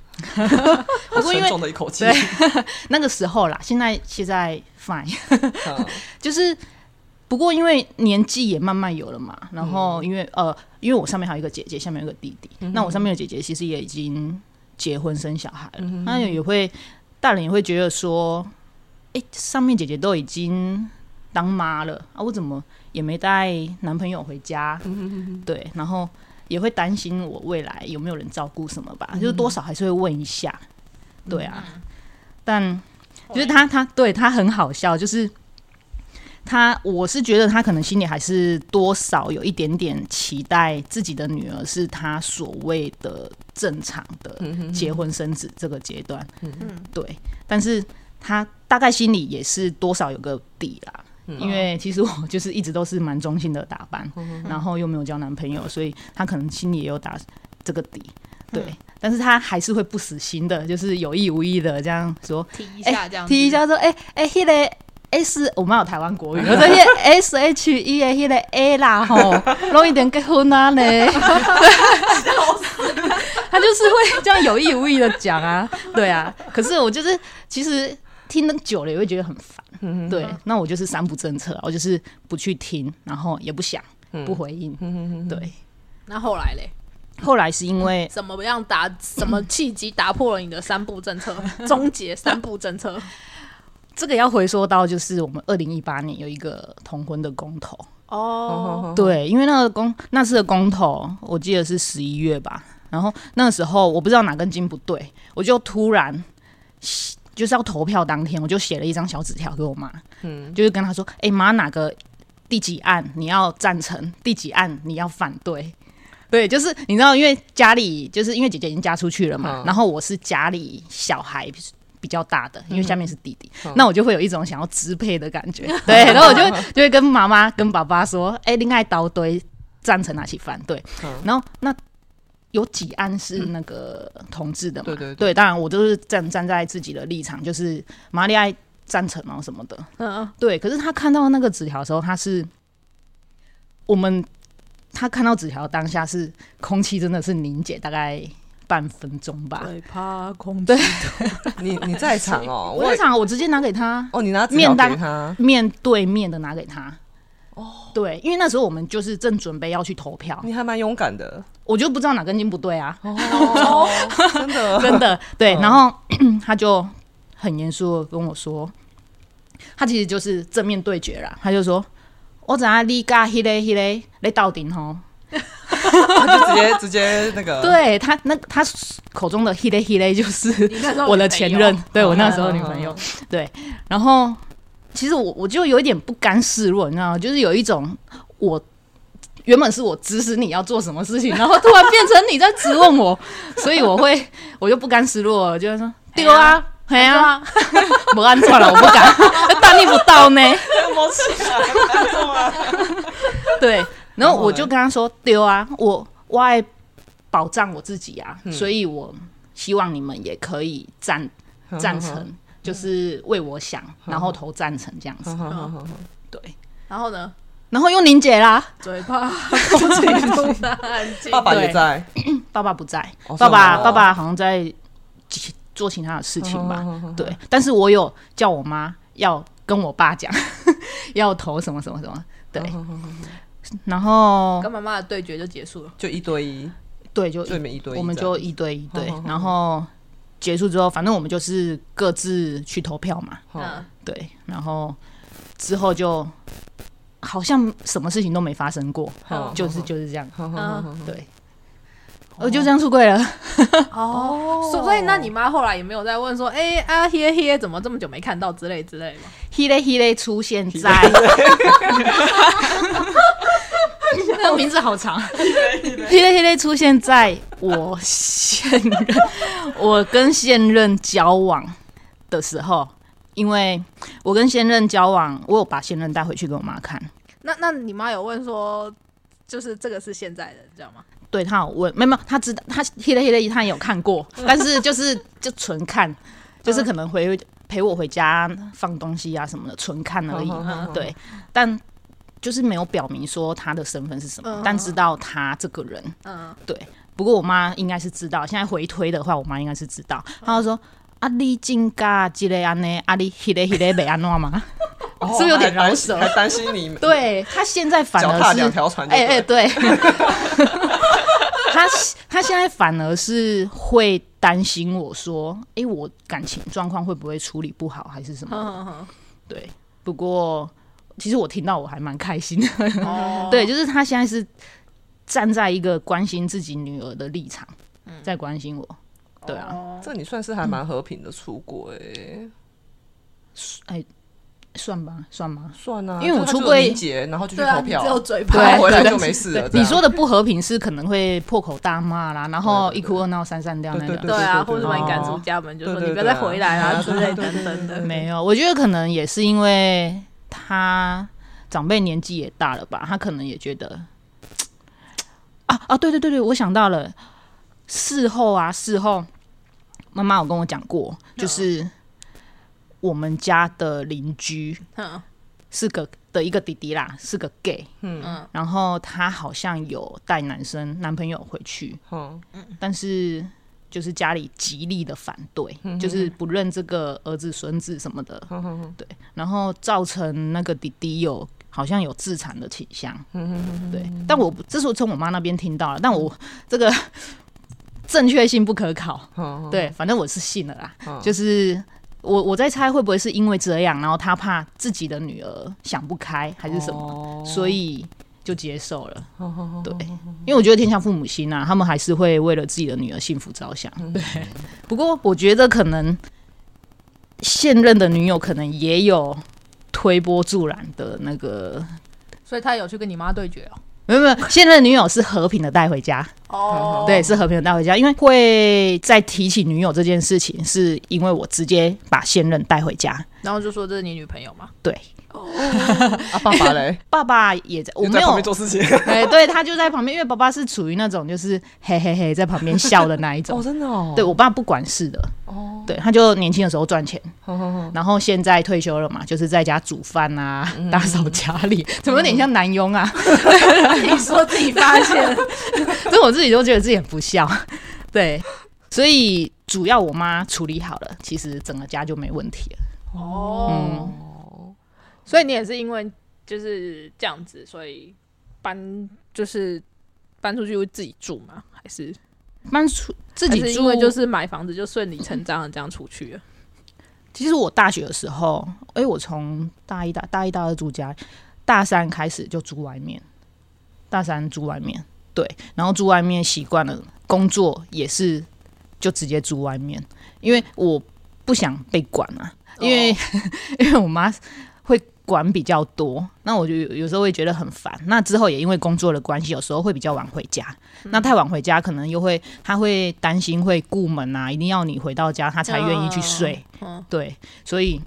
Speaker 2: 不
Speaker 3: 过因为
Speaker 2: 沉重的一口气，
Speaker 3: 对那个时候啦，现在现在 fine，
Speaker 2: 嗯
Speaker 3: [laughs] 就是不过因为年纪也慢慢有了嘛，然后因为、呃，因为我上面还有一个姐姐，下面有一个弟弟，那我上面的姐姐其实也已经结婚生小孩了，那、也会大人也会觉得说，哎、上面姐姐都已经当妈了啊，我怎么也没带男朋友回家？对，然后。也会担心我未来有没有人照顾什么吧，就是多少还是会问一下，对啊，但就是他他对他很好笑，就是他，我是觉得他可能心里还是多少有一点点期待自己的女儿是他所谓的正常的结婚生子这个阶段，
Speaker 1: 嗯
Speaker 3: 对，但是他大概心里也是多少有个底啦。因为其实我 [laughs] 就是一直都是蛮中性的打扮，然后又没有交男朋友，所以他可能心里也有打这个底，对。但是他还是会不死心的，就是有意无意的这样说，
Speaker 1: 提一下这样子，
Speaker 3: 提一下说，哎、哎，迄、个 S，我们有台湾国语，我说迄个 S H E 的迄个 A 啦吼，拢一点结婚啊呢，他就是会这样有意无意的讲啊，对啊，可是我就是其实听得久了也会觉得很烦，对，那我就是三不政策啊，我就是不去听，然后也不想，不回应，对。
Speaker 1: 那后来嘞，
Speaker 3: 后来是因为
Speaker 1: 怎么样打，什么契机打破了你的三步政策，终结三步政策？
Speaker 3: 这个要回说到，就是我们二零一八年有一个同婚的公投，
Speaker 1: 哦，
Speaker 3: 对，因为那个公那次的公投，我记得是十一月吧。然后那个时候我不知道哪根筋不对，我就突然写就是要投票当天，我就写了一张小纸条给我妈，嗯，就是跟她说：“哎、妈，哪个第几案你要赞成，第几案你要反对。”对，就是你知道，因为家里就是因为姐姐已经嫁出去了嘛，
Speaker 2: 嗯
Speaker 3: 然后我是家里小孩比较大的，
Speaker 2: 嗯
Speaker 3: 因为下面是弟弟，那我就会有一种想要支配的感
Speaker 2: [laughs]
Speaker 3: 觉，对，然后我就会就会跟妈
Speaker 2: 嗯
Speaker 3: 妈、跟爸爸说，哎、另外刀堆赞成哪起反对，然后那有几案是那个同志的嘛？
Speaker 2: 对对
Speaker 3: 对，当然我就是站站在自己的立场，就是玛丽爱赞成哦什么的。
Speaker 1: 嗯，
Speaker 3: 对，可是他看到那个纸条的时候，他是我们他看到纸条当下是空气真的是凝结大概半分钟
Speaker 1: 嗯
Speaker 3: 吧。
Speaker 4: 对，怕空
Speaker 3: 对
Speaker 2: 你你在场哦，[laughs]
Speaker 3: 我
Speaker 2: 我
Speaker 3: 在场，我直接拿给他，
Speaker 2: 哦，你拿纸
Speaker 3: 面
Speaker 2: 条
Speaker 3: 单
Speaker 2: 给他，
Speaker 3: 面对面的拿给他。哦，对，因为那时候我们就是正准备要去投票，
Speaker 2: 你还蛮勇敢 [laughs] 的
Speaker 3: 我就不知道哪根筋不对啊。
Speaker 2: 哦，真的，
Speaker 3: [laughs]
Speaker 2: 嗯
Speaker 3: 真
Speaker 2: [laughs]
Speaker 3: 的对。然后 [clears throat] 他就很严肃的跟我说，他其实就是正面对决啦。他就说：“我怎啊你嘎迄嘞迄嘞嘞到顶吼？”
Speaker 2: 他就直接直接那
Speaker 1: 嗯
Speaker 2: 个，
Speaker 3: 对他那他口中的迄嘞迄嘞就是
Speaker 1: 你那时候
Speaker 3: 我的前任，对我那时候女朋友
Speaker 2: 嗯。
Speaker 3: 对，然后其实我我就有一点不甘示弱，你知道吗？就是有一种我。原本是我指使你要做什么事情，然后突然变成你在质
Speaker 1: [laughs]
Speaker 3: 问我，所以我会我就不甘示弱了，就是说对啊，嘿
Speaker 1: 对
Speaker 3: 啊， [laughs]
Speaker 1: 啊，
Speaker 3: 不按错了，我不
Speaker 1: [laughs]
Speaker 3: 敢，大逆不道呢。
Speaker 2: 我气啊，
Speaker 3: [laughs] 对，然后我
Speaker 2: 然后嘞
Speaker 3: 就跟他说丢啊，我我爱保障我自己啊，
Speaker 2: 嗯
Speaker 3: 所以我希望你们也可以 [laughs] 赞赞成，就是为我想，然后投赞成这样子。
Speaker 1: 嗯
Speaker 2: 成，
Speaker 3: 对，
Speaker 1: 然后呢？
Speaker 3: 然后又凝结啦，
Speaker 4: 嘴怕空气中的安
Speaker 2: [laughs]
Speaker 4: 静。
Speaker 2: 爸爸也在，
Speaker 3: 爸爸不在，
Speaker 2: 哦
Speaker 3: 爸爸
Speaker 2: 是吗
Speaker 3: 爸爸好像在其做其他的事情吧。对，但是我有叫我妈要跟我爸讲， [laughs] 要投什么什么什么。对，然
Speaker 1: [laughs]
Speaker 3: 后
Speaker 1: 跟妈妈的对决就结束了。
Speaker 2: 就一对一，
Speaker 3: 对就
Speaker 2: 对面一对一这样，
Speaker 3: 我们就一对一对
Speaker 2: 好好，好
Speaker 3: 然后结束之后，反正我们就是各自去投票嘛，
Speaker 1: 嗯
Speaker 2: 好
Speaker 3: 对，然后之后就好像什么事情都没发生过，
Speaker 2: 好
Speaker 3: 就是就是这样，
Speaker 2: 好好好好
Speaker 3: 对，我就这样出柜了，
Speaker 1: 哦，所所以那你妈后来也没有再问说，哎、啊嘿嘿，怎么这么久没看到之类之类吗？
Speaker 3: 嘿嘞嘿嘞出现在，那个名字好长，嘿嘞嘿嘞出现在我现任，我跟现任交往的时候，因为我跟现任交往，我有把现任带回去给我妈看，
Speaker 1: 那那你妈有问说，就是这个是现在的，你知道吗？
Speaker 3: 对她有问，没有没有，她知道她嘿嘞嘿嘞她也有看过，
Speaker 1: 嗯
Speaker 3: 但是就是就纯看，就是可能回陪我回家放东西啊什么的，纯看而
Speaker 1: 嗯
Speaker 3: 已。
Speaker 2: 好
Speaker 3: 对，但就是没有表明说他的身份是什么，
Speaker 1: 嗯
Speaker 3: 但知道他这个人。
Speaker 1: 嗯，
Speaker 3: 不过我妈应该是知道，现在回推的话，我妈应该是知道。她就说：“啊，你进家这个安呢？啊，你迄个迄个没安
Speaker 2: [laughs]
Speaker 3: 怎吗
Speaker 2: 哦
Speaker 3: 是不是有点
Speaker 2: 还担
Speaker 3: 饶舌
Speaker 2: 还担心你？”
Speaker 3: 对她现在反
Speaker 2: 脚
Speaker 3: 而
Speaker 2: 踏
Speaker 3: 是
Speaker 2: 两条船就
Speaker 3: 哎
Speaker 2: 对了，
Speaker 3: 哎，对， [laughs] 他他现在反而是会担心我说，哎、我感情状况会不会处理不好，还是什么的？
Speaker 2: 嗯
Speaker 3: 对，不过其实我听到我还蛮开心的。
Speaker 1: 哦
Speaker 3: [laughs] 对，就是他现在是站在一个关心自己女儿的立场，
Speaker 2: 嗯
Speaker 3: 在关心我。对啊，
Speaker 2: 这你算是还蛮和平的出国哎、
Speaker 3: 算吧，算吧。
Speaker 2: 算啊，
Speaker 3: 因为我
Speaker 2: 就他
Speaker 3: 出
Speaker 2: 就
Speaker 3: 柜
Speaker 2: 凝结，然后就去
Speaker 1: 对啊，
Speaker 2: 投
Speaker 1: 你
Speaker 2: 票，
Speaker 1: 只有嘴
Speaker 3: 对
Speaker 1: 巴
Speaker 2: 然后回来
Speaker 3: 对
Speaker 2: 就没事了。
Speaker 3: 你说
Speaker 2: 的
Speaker 3: 的不和平是可能会破口大骂啦，然后一哭二闹三上吊那
Speaker 2: 对
Speaker 3: 个。
Speaker 2: 对
Speaker 1: 对啊，
Speaker 2: 对对
Speaker 1: 或者把你赶出
Speaker 2: 哦
Speaker 1: 家门，就
Speaker 2: 对
Speaker 1: 说
Speaker 2: 对
Speaker 1: 你不要
Speaker 2: 对
Speaker 1: 再
Speaker 2: 啊
Speaker 1: 回来
Speaker 2: [laughs]
Speaker 1: 啦之
Speaker 2: 对啊
Speaker 1: 类
Speaker 2: 对
Speaker 1: 等
Speaker 2: 对
Speaker 1: 等 [laughs] 的。
Speaker 3: 没有，我觉得可能也是因为他长辈年纪也大了吧，他可能也觉得啊啊，对对对对，我想到了，事后啊，事后妈妈有跟我讲过，
Speaker 1: 嗯
Speaker 3: 就是我们家的邻居
Speaker 1: 嗯
Speaker 3: 是个的一个弟弟啦，是个 gay，
Speaker 1: 嗯，
Speaker 3: 然后他好像有带男生男朋友回去，
Speaker 2: 嗯，
Speaker 3: 但是就是家里极力的反对，就是不认这个儿子、孙子什么的，对，然后造成那个弟弟有好像有自残的倾向，对，但我不这是我从我妈那边听到了，但我这个正确性不可考，对，反正我是信了啦，就是。我我在猜会不会是因为这样，然后他怕自己的女儿想不开还是什么，
Speaker 2: 么
Speaker 3: 所以
Speaker 2: 哦
Speaker 3: 就接受
Speaker 2: [laughs]
Speaker 3: 了。对，因为我觉得天下父母心啊，他们还是会为了自己的女儿幸福着想。
Speaker 2: 嗯
Speaker 3: 对，不过我觉得可能现任的女友可能也有推波助澜的那个，
Speaker 1: 所以他有去跟你妈对决哦。
Speaker 3: 没有没有，现任的女友是和平的带回家，
Speaker 1: 哦
Speaker 3: 对，是和朋友带回家，因为会再提起女友这件事情，是因为我直接把现任带回家。
Speaker 1: 然后就说这是你女朋友嘛？
Speaker 2: 啊，爸爸嘞，
Speaker 3: 爸爸也 [laughs] 在，我
Speaker 2: 你
Speaker 3: 没
Speaker 2: 在旁
Speaker 3: 有
Speaker 2: 边，做事情。
Speaker 3: [laughs] 哎，对他就在旁边，因为爸爸是处于那种就是嘿嘿嘿在旁边笑的那一种。
Speaker 2: 真的 [laughs] 哦
Speaker 3: 对我爸不管事的，
Speaker 2: 哦，
Speaker 3: 对，他就年轻的时候赚钱，
Speaker 2: 好好好
Speaker 3: 然后现在退休了嘛，就是在家煮饭啊，
Speaker 2: 嗯
Speaker 3: 打扫家里，怎么有点像男
Speaker 2: [laughs]
Speaker 3: 佣啊？
Speaker 1: 你说自己发现，
Speaker 3: [laughs] 所以我自己都觉得自己很不孝，对，所以主要我妈处理好了，其实整个家就没问题了。
Speaker 1: 哦，
Speaker 3: 嗯
Speaker 1: 所以你也是因为就是这样子，所以搬就是搬出去会自己住吗？还是
Speaker 3: 搬出自己
Speaker 1: 还是
Speaker 3: 住，
Speaker 1: 因为就是买房子就顺理成章的这样出去了？
Speaker 3: 其实我大学的时候，哎、我从大一大大一大二住家，大三开始就住外面，大三住外面，对，然后住外面习惯了，工作也是就直接住外面，因为我不想被管啊，因为、 [laughs] 因为我妈会管比较多，那我就有有时候会觉得很烦。那之后也因为工作的关系，有时候会比较晚回家，那太晚回家可能又会她会担心会顾门啊，一定要你回到家她才愿意去睡。
Speaker 1: 嗯，
Speaker 3: 对，所以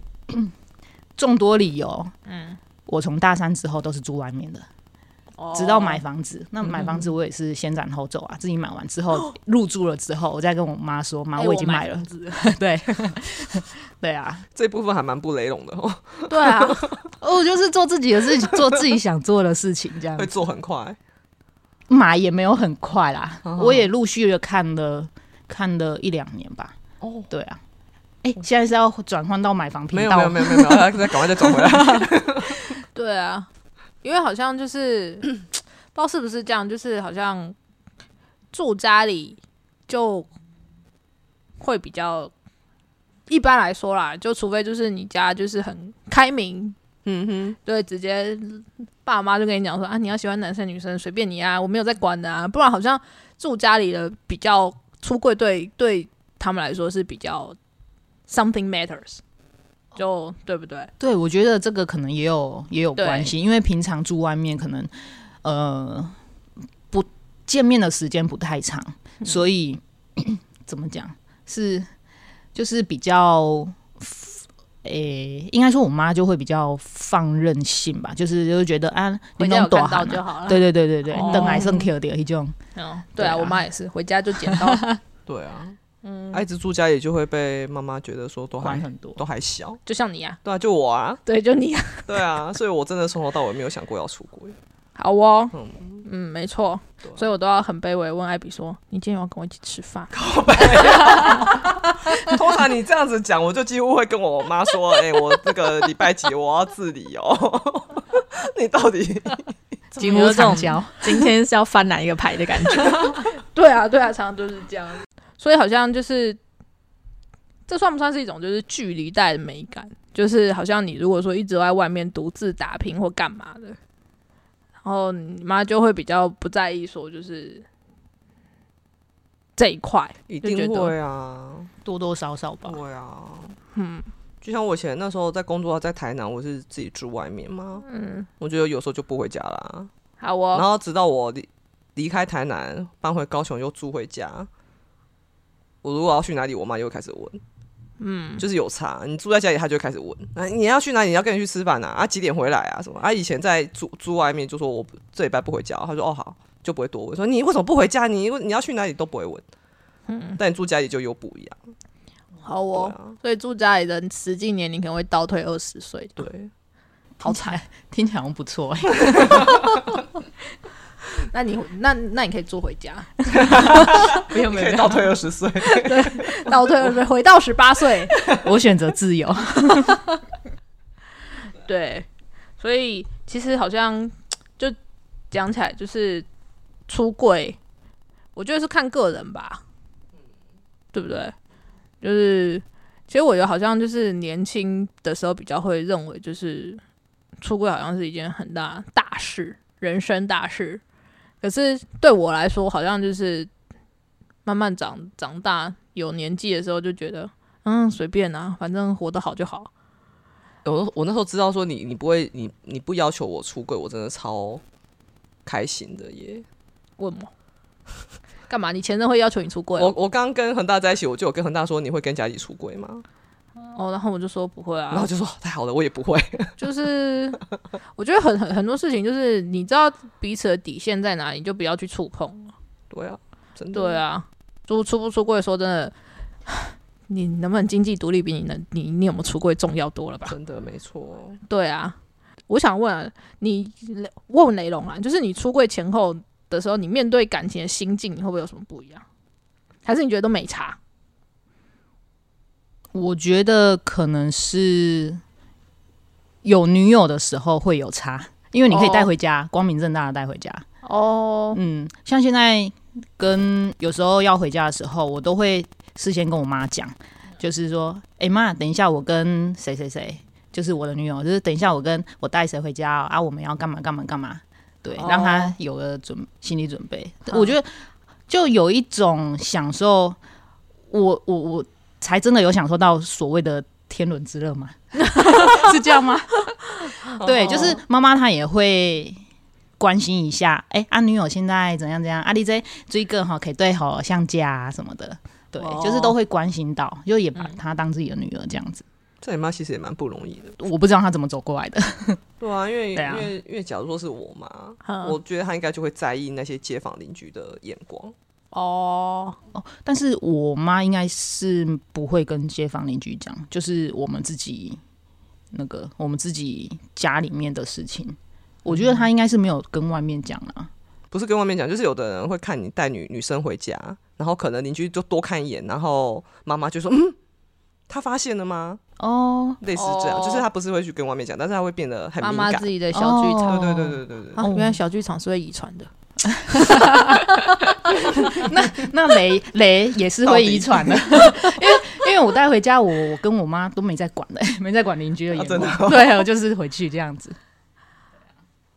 Speaker 3: [clears throat] 众多理由，嗯，我从大三之后都是住外面的，
Speaker 1: 哦
Speaker 3: 直到买房子。那买房子我也是先斩后奏啊，自己买完之后入住了之后，我再跟我妈说，
Speaker 2: 啊
Speaker 3: 妈，
Speaker 1: 哎
Speaker 3: 已经买了 [laughs]
Speaker 1: 房。子
Speaker 3: 对，对啊，
Speaker 2: 这部分还蛮不雷拢的哦，
Speaker 1: 对啊，
Speaker 4: [laughs]
Speaker 3: 我哦就是做自己的事情，做自己想做的事情，这样
Speaker 2: 会做很快。
Speaker 3: 买也没有很快啦，我也陆续的看了看了一两年吧。
Speaker 2: 哦，
Speaker 3: 对啊。哎、现在是要转换到买房频
Speaker 2: 没有
Speaker 3: 道
Speaker 2: 没有没有没有，没有要再赶快再转回来。
Speaker 1: 对啊，因为好像就是不知道是不是这样，就是好像住家里就会比较一般来说啦，就除非就是你家就是很开明，
Speaker 2: 嗯
Speaker 1: 对，直接爸妈就跟你讲说啊，你要喜欢男生女生随便你啊，我没有在管的啊，不然好像住家里的比较出柜对对他们来说是比较 something matters，就对不对？
Speaker 3: 对，我觉得这个可能也有也有关系，因为平常住外面可能呃不见面的时间不太长，
Speaker 1: 嗯
Speaker 3: 所以怎么讲是就是比较。诶、应该说我妈就会比较放任性吧，就是就觉得啊，
Speaker 1: 回
Speaker 3: 你
Speaker 1: 家有
Speaker 3: 弄
Speaker 1: 看
Speaker 3: 短
Speaker 1: 到就好了。
Speaker 3: 对对对对对
Speaker 1: 哦，
Speaker 3: 等癌症 Q 的一种，
Speaker 1: 嗯，对啊，
Speaker 3: 对啊
Speaker 1: 我妈也是，回家就捡 [laughs] 到。
Speaker 2: 哼，对啊，嗯，一直住家也就会被妈妈觉得说都
Speaker 3: 管
Speaker 2: 还
Speaker 3: 很多。
Speaker 2: 都还小，
Speaker 1: 就像你呀、
Speaker 2: 对啊，就我啊，
Speaker 1: 对，就你、啊。
Speaker 2: 对啊，所以我真的从头到尾没有想过要出国。
Speaker 1: [laughs] 好哦，
Speaker 2: 嗯
Speaker 1: 嗯，没错，所以我都要很卑微问艾比说：“你今天要跟我一起吃饭
Speaker 2: 通常你这样子讲，我就几乎会跟我妈说：“哎、我这个礼拜几我要自理哦。” [laughs] 你到底？
Speaker 3: 几乎长焦，
Speaker 4: 今天是要翻哪一个牌的感觉？？”
Speaker 1: [laughs] 对啊，对啊，常常都是这样。所以好像就是，这算不算是一种就是距离带的美感？就是好像你如果说一直在外面独自打拼或干嘛的，然后你妈就会比较不在意说就是这一块，
Speaker 2: 一
Speaker 1: 就觉
Speaker 2: 定
Speaker 1: 得
Speaker 2: 会啊，
Speaker 3: 多多少少吧。
Speaker 2: 会啊。
Speaker 1: 嗯
Speaker 2: 就像我以前那时候在工作，在台南，我是自己住外面嘛，
Speaker 1: 嗯，
Speaker 2: 我觉得有时候就不回家啦。
Speaker 1: 好
Speaker 2: 然
Speaker 1: 哦，
Speaker 2: 后直到我离离开台南，搬回高雄，又住回家。我如果要去哪里，我妈又会开始问，
Speaker 1: 嗯，
Speaker 2: 就是有差。你住在家里，她就会开始问，啊，你要去哪里？你要跟人去吃饭啊？啊，几点回来啊？什么？啊，以前在住住外面，就说我不这礼拜不回家，她说哦好，就不会多问。说你为什么不回家？你你要去哪里都不会问。嗯，但你住家里就又不一样。
Speaker 1: 好
Speaker 2: 对
Speaker 1: 哦。
Speaker 2: 啊，
Speaker 1: 所以住家里的实际年龄可能会倒退二十岁，
Speaker 2: 对，
Speaker 1: 好惨。
Speaker 3: 听起来好像不错哎、
Speaker 1: 那你那那你可以住回家，
Speaker 3: 没有
Speaker 2: 你
Speaker 3: 没
Speaker 2: 可
Speaker 3: 有
Speaker 2: 以倒退二十岁。
Speaker 1: 倒退回回到十八岁。
Speaker 3: [laughs] 我选择自由。
Speaker 1: 对，所以其实好像就讲起来就是出柜，我觉得是看个人吧，对不对？就是其实我觉得好像就是年轻的时候比较会认为就是出柜好像是一件很大大事，人生大事。可是对我来说，好像就是慢慢长长大有年纪的时候，就觉得嗯随便啊，反正活得好就好。
Speaker 2: [laughs] 我我那时候知道说你你不会你你不要求我出柜，我真的超开心的耶！
Speaker 1: 问我， [laughs] 干嘛？你前任会要求你出柜
Speaker 2: 我
Speaker 1: 哦、
Speaker 2: 我刚跟恒大在一起，我就有跟恒大说你会跟佳怡出轨吗？
Speaker 1: 哦？然后我就说不会
Speaker 2: 然
Speaker 1: 啊
Speaker 2: 后，就说哦太好了，我也不会。
Speaker 1: [laughs] 就是我觉得很很很多事情，就是你知道彼此的底线在哪里，你就不要去触碰。
Speaker 2: 对啊，真的。
Speaker 1: 对啊，出出不出柜，说真的， [sighs] 你能不能经济独立比你能你你有没有出柜重要多了吧？
Speaker 2: 真的没错。
Speaker 1: 对啊，我想问、啊、你，问雷龙啊，就是你出柜前后的时候，你面对感情的心境，你会不会有什么不一样？还是你觉得都没差？
Speaker 3: 我觉得可能是有女友的时候会有差，因为你可以带回家，光明正大的带回家。
Speaker 1: 哦，
Speaker 3: 嗯，像现在跟有时候要回家的时候，我都会事先跟我妈讲，就是说，哎、妈，等一下我跟谁谁谁，就是我的女友，就是等一下我跟我带谁回家哦啊，我们要干嘛干嘛干嘛，对，
Speaker 1: 哦嗯
Speaker 3: 让她有个准心理准备。
Speaker 1: 好
Speaker 3: 我觉得就有一种享受，我我我才真的有享受到所谓的天伦之
Speaker 1: [laughs]
Speaker 3: 乐嘛， [laughs] 是这样吗？
Speaker 1: 哦
Speaker 3: 对，就是妈妈她也会关心一下，哎、啊女友现在怎样怎样，啊你这追个哈可以对吼像家、啊、什么的，对，
Speaker 1: 哦
Speaker 3: 就是都会关心到，就也把她当自己的女儿这样子。
Speaker 2: 这你妈其实也蛮不容易的。
Speaker 3: 我不知道她怎么走过来的， [laughs]
Speaker 2: 对啊，因为、
Speaker 3: 对啊
Speaker 2: 因为因为假如说是我妈，
Speaker 1: 嗯
Speaker 2: 我觉得她应该就会在意那些街坊邻居的眼光。
Speaker 1: 哦，
Speaker 3: 但是我妈应该是不会跟街坊邻居讲，就是我们自己那个我们自己家里面的事情。我觉得她应该是没有跟外面讲啦。
Speaker 2: 不是跟外面讲，就是有的人会看你带女女生回家，然后可能邻居就多看一眼，然后妈妈就说：“嗯，她发现了吗
Speaker 3: 哦？”
Speaker 2: 类似这样，
Speaker 1: 哦
Speaker 2: 就是她不是会去跟外面讲，但是她会变得很
Speaker 1: 妈
Speaker 2: 敏
Speaker 1: 妈
Speaker 2: 感。
Speaker 1: 自己的小剧场、
Speaker 3: 哦
Speaker 2: 对对对对对对。
Speaker 1: 啊，原来小剧场是会遗传的。
Speaker 3: 那雷雷也是会遗传的， [laughs] 因为因为我带回家，我我跟我妈都没在管的、 [laughs] 没在管邻居的眼光。
Speaker 2: 啊真的哦
Speaker 3: 对，我就是回去这样子。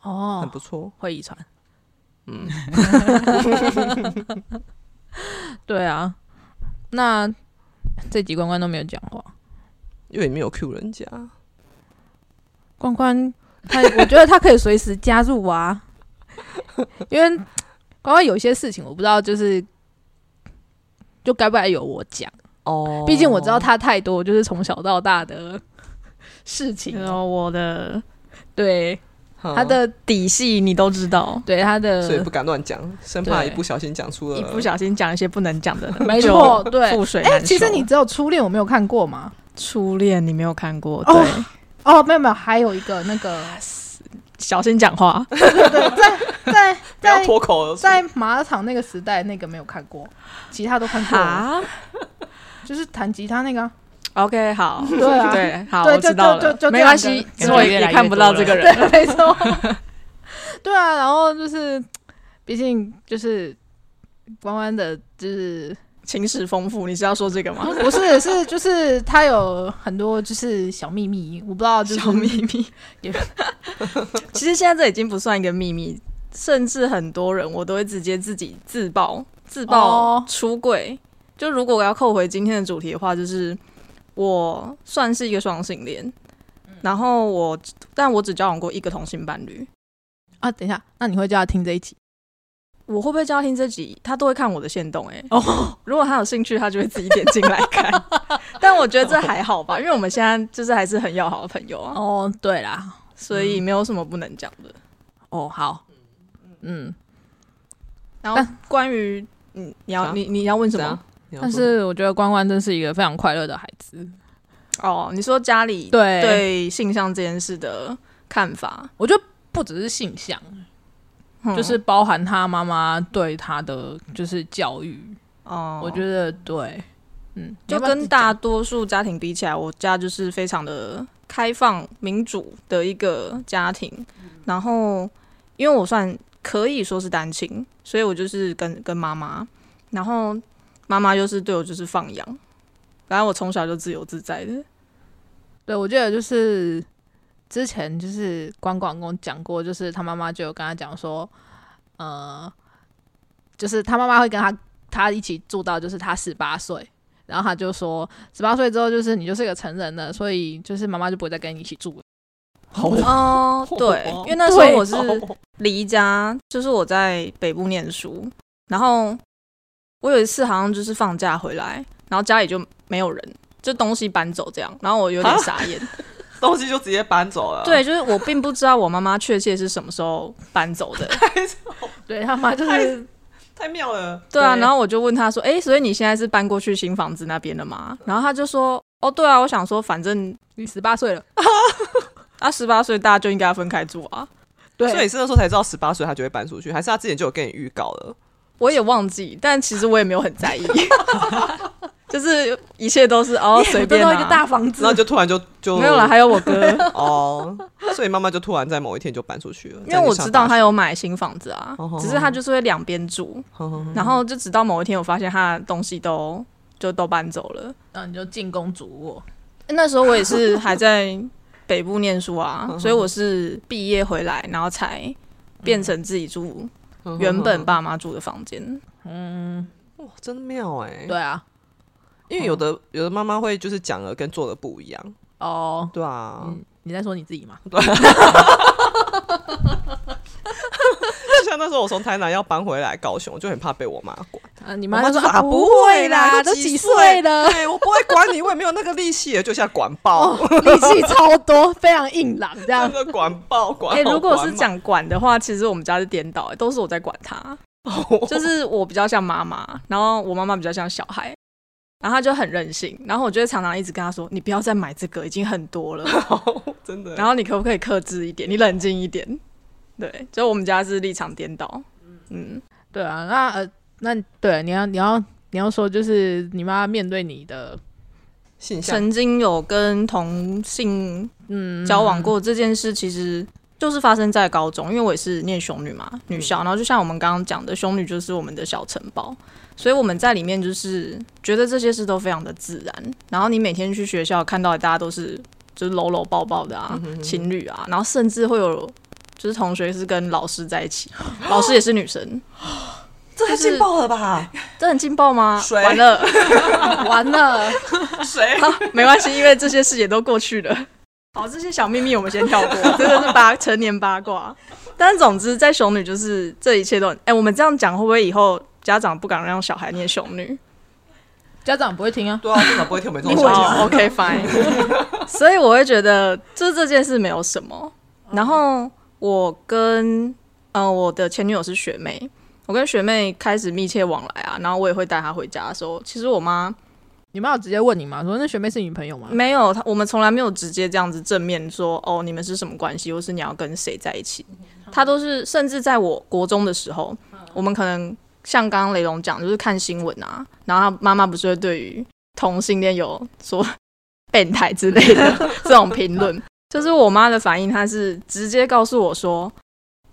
Speaker 1: 哦
Speaker 2: 很，不错，
Speaker 1: 会遗传。嗯， [laughs] 对啊，那这集关关都没有讲话。
Speaker 2: 因为你没有 Q 人家，
Speaker 1: 关关，他我觉得他可以随时加入啊，因为关关有些事情我不知道，就是就该不该由我讲，
Speaker 2: 哦
Speaker 1: 毕竟我知道他太多，就是从小到大的事
Speaker 3: [laughs]
Speaker 1: 情
Speaker 3: 哦
Speaker 4: 然，后我的
Speaker 1: 对哦他
Speaker 2: 他，
Speaker 1: 的
Speaker 4: 底细你都知道，
Speaker 1: 对他
Speaker 2: 所以
Speaker 1: 的
Speaker 2: 不，敢乱讲，生怕
Speaker 1: 对
Speaker 2: 一不小心讲
Speaker 3: 呃
Speaker 2: 出了
Speaker 4: 一不小心讲一些不能讲的，
Speaker 1: 没错，对。
Speaker 4: 覆水
Speaker 1: 哎、
Speaker 4: 难收
Speaker 1: 其实你只有初恋，我没有看过嘛。
Speaker 4: 初恋你没有看过，
Speaker 1: 哦
Speaker 4: 对，
Speaker 1: 哦，没有没有，还有一个那
Speaker 4: [laughs]
Speaker 1: 个
Speaker 4: 小心讲话。
Speaker 1: 在
Speaker 2: 不要
Speaker 1: 在
Speaker 2: 脱口而出。
Speaker 1: 在马场那个时代，那个没有看过，其他都看过了，
Speaker 4: [laughs] 哈
Speaker 1: 就是弹吉他那个啊、
Speaker 4: ，OK，好，
Speaker 1: 对啊
Speaker 4: 对，好，
Speaker 1: 对
Speaker 4: 我
Speaker 1: 就
Speaker 4: 知道
Speaker 1: 就
Speaker 4: 了
Speaker 1: 就就，
Speaker 4: 没
Speaker 1: 这
Speaker 4: 关
Speaker 1: 样
Speaker 4: 系
Speaker 1: 子，
Speaker 4: 因为
Speaker 3: 越来
Speaker 4: 也
Speaker 3: 越
Speaker 4: 看不到
Speaker 3: 多
Speaker 4: 这个
Speaker 3: 了
Speaker 4: 人。
Speaker 1: [laughs] 对，没错。对啊，然后就是，毕竟就是弯弯的，就是
Speaker 4: [laughs] 情史丰富，你是要说这个吗？
Speaker 1: 不是是就是他有很多就是小秘密，我不知道就是
Speaker 4: 小秘密
Speaker 1: 也。
Speaker 4: [laughs] 其实现在这已经不算一个秘密，甚至很多人我都会直接自己自曝自曝
Speaker 1: 哦
Speaker 4: 出柜。就如果我要扣回今天的主题的话，就是我算是一个双性恋，然后我但我只交往过一个同性伴侣。
Speaker 1: 啊。等一下，那你会叫他听这一集？
Speaker 4: 我会不会叫他听这集？他都会看我的线动哎、
Speaker 1: 哦，
Speaker 4: 如果他有兴趣，他就会自己点进来看。但我觉得这还好吧，因为我们现在就是还是很要好的朋友啊，
Speaker 1: 哦，对啦，
Speaker 4: 所以没有什么不能讲的。
Speaker 1: 哦，好，嗯，
Speaker 4: 然后关于嗯，你要
Speaker 2: 啥
Speaker 4: 你你要问什
Speaker 2: 怎
Speaker 4: 么
Speaker 2: 样？你要
Speaker 1: 但
Speaker 2: 说
Speaker 1: 是我觉得关关真是一个非常快乐的孩子。
Speaker 4: 哦，你说家里
Speaker 1: 对，
Speaker 4: 对性向这件事的看法，
Speaker 1: 我觉得不只是性向，
Speaker 4: 嗯
Speaker 1: 就是包含他妈妈对他的就是教育，
Speaker 4: 哦，
Speaker 1: 我觉得对，嗯，
Speaker 4: 就跟大多数家庭比起来，我家就是非常的开放民主的一个家庭。然后，因为我算可以说是单亲，所以我就是跟跟妈妈，然后妈妈就是对我就是放养，然后我从小就自由自在的。
Speaker 1: 对，我记得就是之前就是关广公讲过，就是他妈妈就有跟他讲说，呃，就是他妈妈会跟他他一起住到就是他十八岁，然后他就说十八岁之后就是你就是个成人了，所以就是妈妈就不会再跟你一起住了。
Speaker 2: 好
Speaker 4: 哦，对，因为那时候我是离家，就是我在北部念书，然后我有一次好像就是放假回来，然后家里就没有人，就东西搬走这样，然后我有点傻眼。
Speaker 2: 东西就直接搬走了。
Speaker 4: 对，就是我并不知道我妈妈确切是什么时候搬走的。
Speaker 1: 对他妈就是
Speaker 2: 太妙了。
Speaker 4: 对啊，
Speaker 1: 对
Speaker 4: 然后我就问她说：“哎、所以你现在是搬过去新房子那边了吗？”然后她就说：“哦，对啊，我想说反正
Speaker 1: 你十八岁了，
Speaker 4: 啊十八岁大家就应该要分开住啊。”
Speaker 1: 对，
Speaker 2: 所以是那时候才知道十八岁他就会搬出去，还是他之前就有跟你预告了？
Speaker 4: 我也忘记，但其实我也没有很在意，就是一切都是哦
Speaker 1: 耶
Speaker 4: 随
Speaker 1: 我得
Speaker 4: 便、
Speaker 1: 到
Speaker 4: 啊、
Speaker 1: 一个大房子
Speaker 2: 然后，就突然就就
Speaker 4: [laughs] 没有了，还有我哥，
Speaker 2: [laughs] 哦，所以妈妈就突然在某一天就搬出去了，
Speaker 4: 因为我知道他
Speaker 2: 有，
Speaker 4: 有买新房子啊
Speaker 2: 哦，
Speaker 4: 只是他就是会两边住，
Speaker 2: 哼哼哼
Speaker 4: 然后就直到某一天我发现他的东西都就都搬走了。
Speaker 1: 然后你就进攻主卧，
Speaker 4: 那时候我也是还在北部念书啊，所以我是毕业回来，然后才变成自己住
Speaker 2: 哼
Speaker 4: 原本
Speaker 2: 吧，
Speaker 4: 爸妈住的房间。
Speaker 1: 嗯，
Speaker 2: 哇，哦真妙哎。
Speaker 1: 对，啊，
Speaker 2: 因为有的有的妈妈会就是讲了跟做的不一样，
Speaker 1: 哦，
Speaker 2: 对啊，
Speaker 1: 嗯你在说你自己吗？
Speaker 2: 就像那时候我从台南要搬回来高雄，我就很怕被我妈
Speaker 4: [laughs]
Speaker 2: 管。
Speaker 1: 啊，你
Speaker 2: 你
Speaker 1: 妈就说
Speaker 2: 啊，
Speaker 1: 不
Speaker 2: 会
Speaker 1: 啦，
Speaker 2: 都
Speaker 1: 都
Speaker 2: 几
Speaker 1: 岁
Speaker 2: [laughs]
Speaker 1: 了，
Speaker 2: 对哎我不会管你，我也没有那个力气，就像管
Speaker 4: 哦
Speaker 2: 爆，
Speaker 1: 力气超多，非常硬朗，这样
Speaker 2: 真的管爆管
Speaker 4: 哎、
Speaker 2: 好。
Speaker 4: 如果是
Speaker 2: 管
Speaker 4: 讲管的话，其实我们家是颠倒、欸，都是我在管他，
Speaker 2: 满，
Speaker 4: [laughs] 就是我比较像妈妈，然后我妈妈比较像小孩。然后他就很任性，然后我就会常常一直跟他说：“你不要再买这个，已经很
Speaker 2: [laughs]
Speaker 4: 多了。
Speaker 2: [laughs] 真的。
Speaker 4: 然后你可不可以克制一点？你冷静一点。”对，就我们家是立场颠倒。嗯，
Speaker 1: 对啊，那呃，那对，你要你要你要说，就是你妈面对你的，
Speaker 2: 性向
Speaker 4: 曾经有跟同性
Speaker 1: 嗯，
Speaker 4: 交往过这件事，其实就是发生在高中，因为我也是念雄女嘛，女校。
Speaker 1: 嗯
Speaker 4: 然后就像我们刚刚讲的，雄女就是我们的小城堡，所以我们在里面就是觉得这些事都非常的自然。然后你每天去学校看到的大家都是就是搂搂抱抱的
Speaker 1: 嗯
Speaker 4: 啊，情侣啊，然后甚至会有就是同学是跟老师在一起，老师也是女生，
Speaker 2: 这太劲爆了吧？
Speaker 4: 这很劲爆吗？
Speaker 2: 谁
Speaker 4: 完了， [laughs]
Speaker 1: 完了，
Speaker 2: 谁？
Speaker 4: 没关系，因为这些事也都过去了。好，这些小秘密我们先跳过， [laughs] 真的是八成年八卦。但总之，在熊女就是这一切都很……哎、我们这样讲会不会以后家长不敢让小孩念熊女？
Speaker 1: 家长不会听啊，
Speaker 2: 对啊，真的不会听我们
Speaker 4: [laughs]
Speaker 2: 这种
Speaker 1: 我
Speaker 2: 小
Speaker 1: 也
Speaker 2: 节目
Speaker 1: 是
Speaker 4: 哦 OK fine。所 [laughs] 以我会觉得，就是这件事没有什么。然后我跟呃我的前女友是学妹，我跟学妹开始密切往来啊，然后我也会带她回家的时候，其实我妈
Speaker 1: 你妈有直接问你吗？说那学妹是你朋友吗？
Speaker 4: 没有，他我们从来没有直接这样子正面说哦，你们是什么关系，或是你要跟谁在一起。他都是，甚至在我国中的时候，我们可能像刚刚雷龙讲，就是看新闻啊，然后他妈妈不是会对于同性恋有说 [laughs] 变态之类的这种评论，就是我妈的反应，她是直接告诉我说，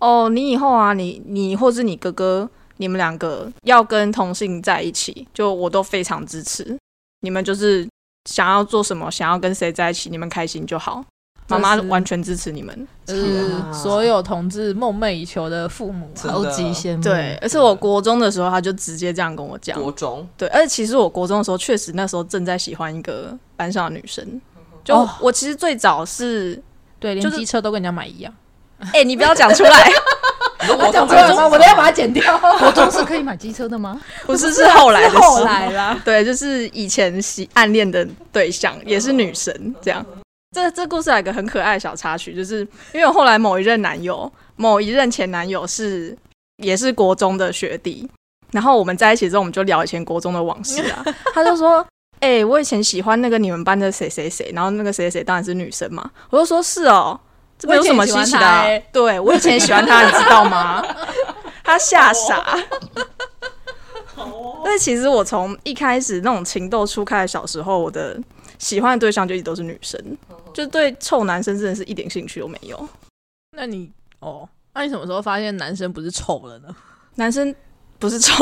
Speaker 4: 哦，你以后啊，你你或是你哥哥，你们两个要跟同性在一起，就我都非常支持，你们就是想要做什么，想要跟谁在一起，你们开心就好。妈妈
Speaker 1: 这是
Speaker 4: 完全支持你们，
Speaker 1: 就是
Speaker 2: 啊
Speaker 1: 所有同志梦寐以求的父母啊、
Speaker 2: 真的
Speaker 3: 超级羡慕。
Speaker 4: 对，，而且我国中的时候，他就直接这样跟我讲。
Speaker 2: 国中
Speaker 4: 对，而且其实我国中的时候，确实那时候正在喜欢一个班上的女生。就
Speaker 1: 哦
Speaker 4: 我其实最早是，
Speaker 1: 对，连
Speaker 4: 就是
Speaker 1: 机车都跟人家买一样。啊
Speaker 4: 哎、你不要讲出来，
Speaker 2: 你说国中
Speaker 1: 讲出来吗？我都要把它剪掉。
Speaker 3: 国中是可以买机车的吗？
Speaker 4: 不是是后来的事。
Speaker 1: 后来啦，
Speaker 4: 对，就是以前喜暗恋的对象也是女神，这样。这这故事还有一个很可爱的小插曲，就是因为我后来某一任男友，某一任前男友是也是国中的学弟，然后我们在一起之后，我们就聊以前国中的往事啊。 [laughs] 他就说：“哎、我以前喜欢那个你们班的谁谁谁，然后那个谁谁谁当然是女生嘛。”我就说：“是哦，这没有什么稀奇的、啊。
Speaker 1: 我以前也喜欢他欸
Speaker 4: 对我以前也喜欢他，你知道吗？
Speaker 1: [laughs]
Speaker 4: 他吓傻。
Speaker 1: 哦
Speaker 4: 但其实我从一开始那种情窦初开的小时候，我的喜欢的对象就一直都是女生，
Speaker 1: 嗯
Speaker 4: 就对臭男生真的是一点兴趣都没有。
Speaker 1: [laughs] 那你哦，那你什么时候发现男生不是丑了呢？
Speaker 4: 男生不是臭。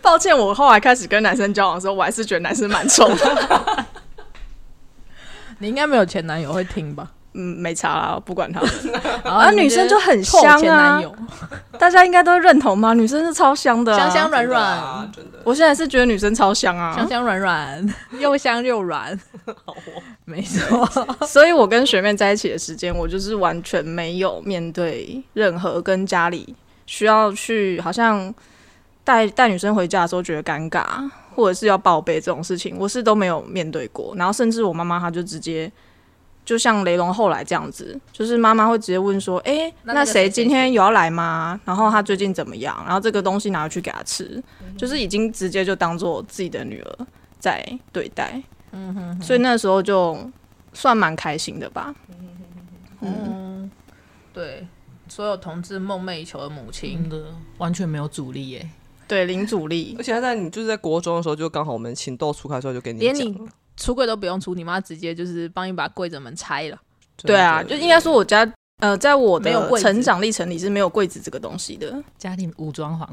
Speaker 4: 抱歉，我后来开始跟男生交往的时候，我还是觉得男生蛮臭
Speaker 1: [laughs]
Speaker 4: 的。
Speaker 1: 你应该没有前男友会听吧？
Speaker 4: 嗯，没差啦，不管他们。
Speaker 1: 啊
Speaker 4: 女生就很
Speaker 1: 臭
Speaker 4: 香啊
Speaker 1: 前男友，
Speaker 4: 大家应该都认同吧？女生是超香的啊、
Speaker 1: 香香软
Speaker 2: 真的
Speaker 1: 软
Speaker 2: 啊，，真的
Speaker 4: 我现在是觉得女生超香啊，
Speaker 1: 香香软 [laughs] 软，又香又软，
Speaker 2: 好哦
Speaker 1: [laughs] 没错。
Speaker 4: [laughs] 所以我跟学妹在一起的时间，我就是完全没有面对任何跟家里需要去好像带带女生回家的时候觉得尴尬，或者是要报备这种事情，我是都没有面对过。然后甚至我妈妈她就直接。就像雷龙后来这样子，就是妈妈会直接问说：“哎、
Speaker 1: 那
Speaker 4: 那
Speaker 1: 那个谁
Speaker 4: 谁今天有要来吗？然后她最近怎么样？然后这个东西拿去给她吃，就是已经直接就当做自己的女儿在对待。”嗯哼，所以那时候就算蛮开心的吧。
Speaker 1: 嗯，对，所有同志梦寐以求的母亲
Speaker 5: 真，的完全没有阻力耶。
Speaker 4: 对，零阻力
Speaker 2: 而，且他在你就是在国中的时候，就刚好我们情窦初开的时候就给你
Speaker 1: 连
Speaker 2: 讲
Speaker 1: 你
Speaker 2: 了
Speaker 1: 橱柜都不用出，你妈直接就是帮你把柜子门拆了。
Speaker 4: 对啊，就应该说我家呃，在我
Speaker 1: 没有
Speaker 4: 的
Speaker 1: 柜子
Speaker 4: 成长历程里是没有柜子这个东西的，
Speaker 3: 家庭无装潢，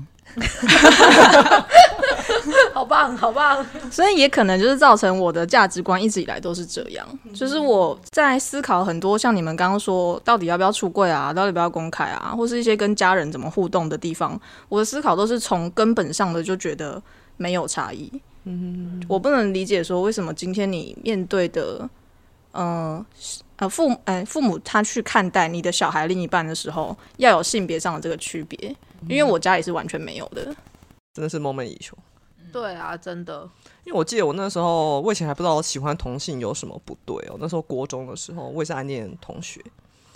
Speaker 1: 好棒，好棒！
Speaker 4: 所以也可能就是造成我的价值观一直以来都是这样，就是我在思考很多像你们刚刚说到底要不要出柜啊，到底要不要公开啊，或是一些跟家人怎么互动的地方，我的思考都是从根本上的就觉得没有差异。嗯，我不能理解说为什么今天你面对的，呃呃父母呃父母他去看待你的小孩另一半的时候，要有性别上的这个区别，因为我家也是完全没有的。
Speaker 2: 真的是梦寐以求。
Speaker 1: 对啊，真的，
Speaker 2: 因为我记得我那时候，我以前还不知道喜欢同性有什么不对哦。那时候国中的时候，我也是暗恋同学，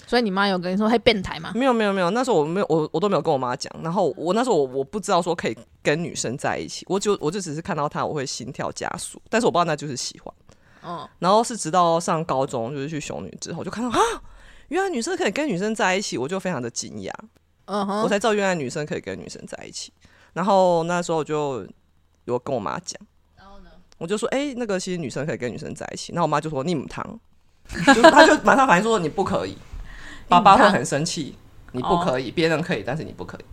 Speaker 1: 所以你妈有跟你说，嘿，变态吗？
Speaker 2: [laughs] 没有没有没有，那时候我没有我我都没有跟我妈讲。然后我那时候我我不知道说可以跟女生在一起，我就我就只是看到她我会心跳加速，但是我不知道那就是喜欢。
Speaker 1: 嗯，
Speaker 2: 然后是直到上高中就是去熊女之后，就看到啊，原来女生可以跟女生在一起，我就非常的惊讶，
Speaker 1: 嗯
Speaker 2: 我
Speaker 1: 哼，
Speaker 2: 才知道原来女生可以跟女生在一起。然后那时候我就有跟我妈讲，我就说哎、那个其实女生可以跟女生在一起。那我妈就说你母汤，就是她就马上反应说你不可
Speaker 3: [laughs]
Speaker 2: 以，爸爸会很生气，你不可以，别人可以，但是你不可以。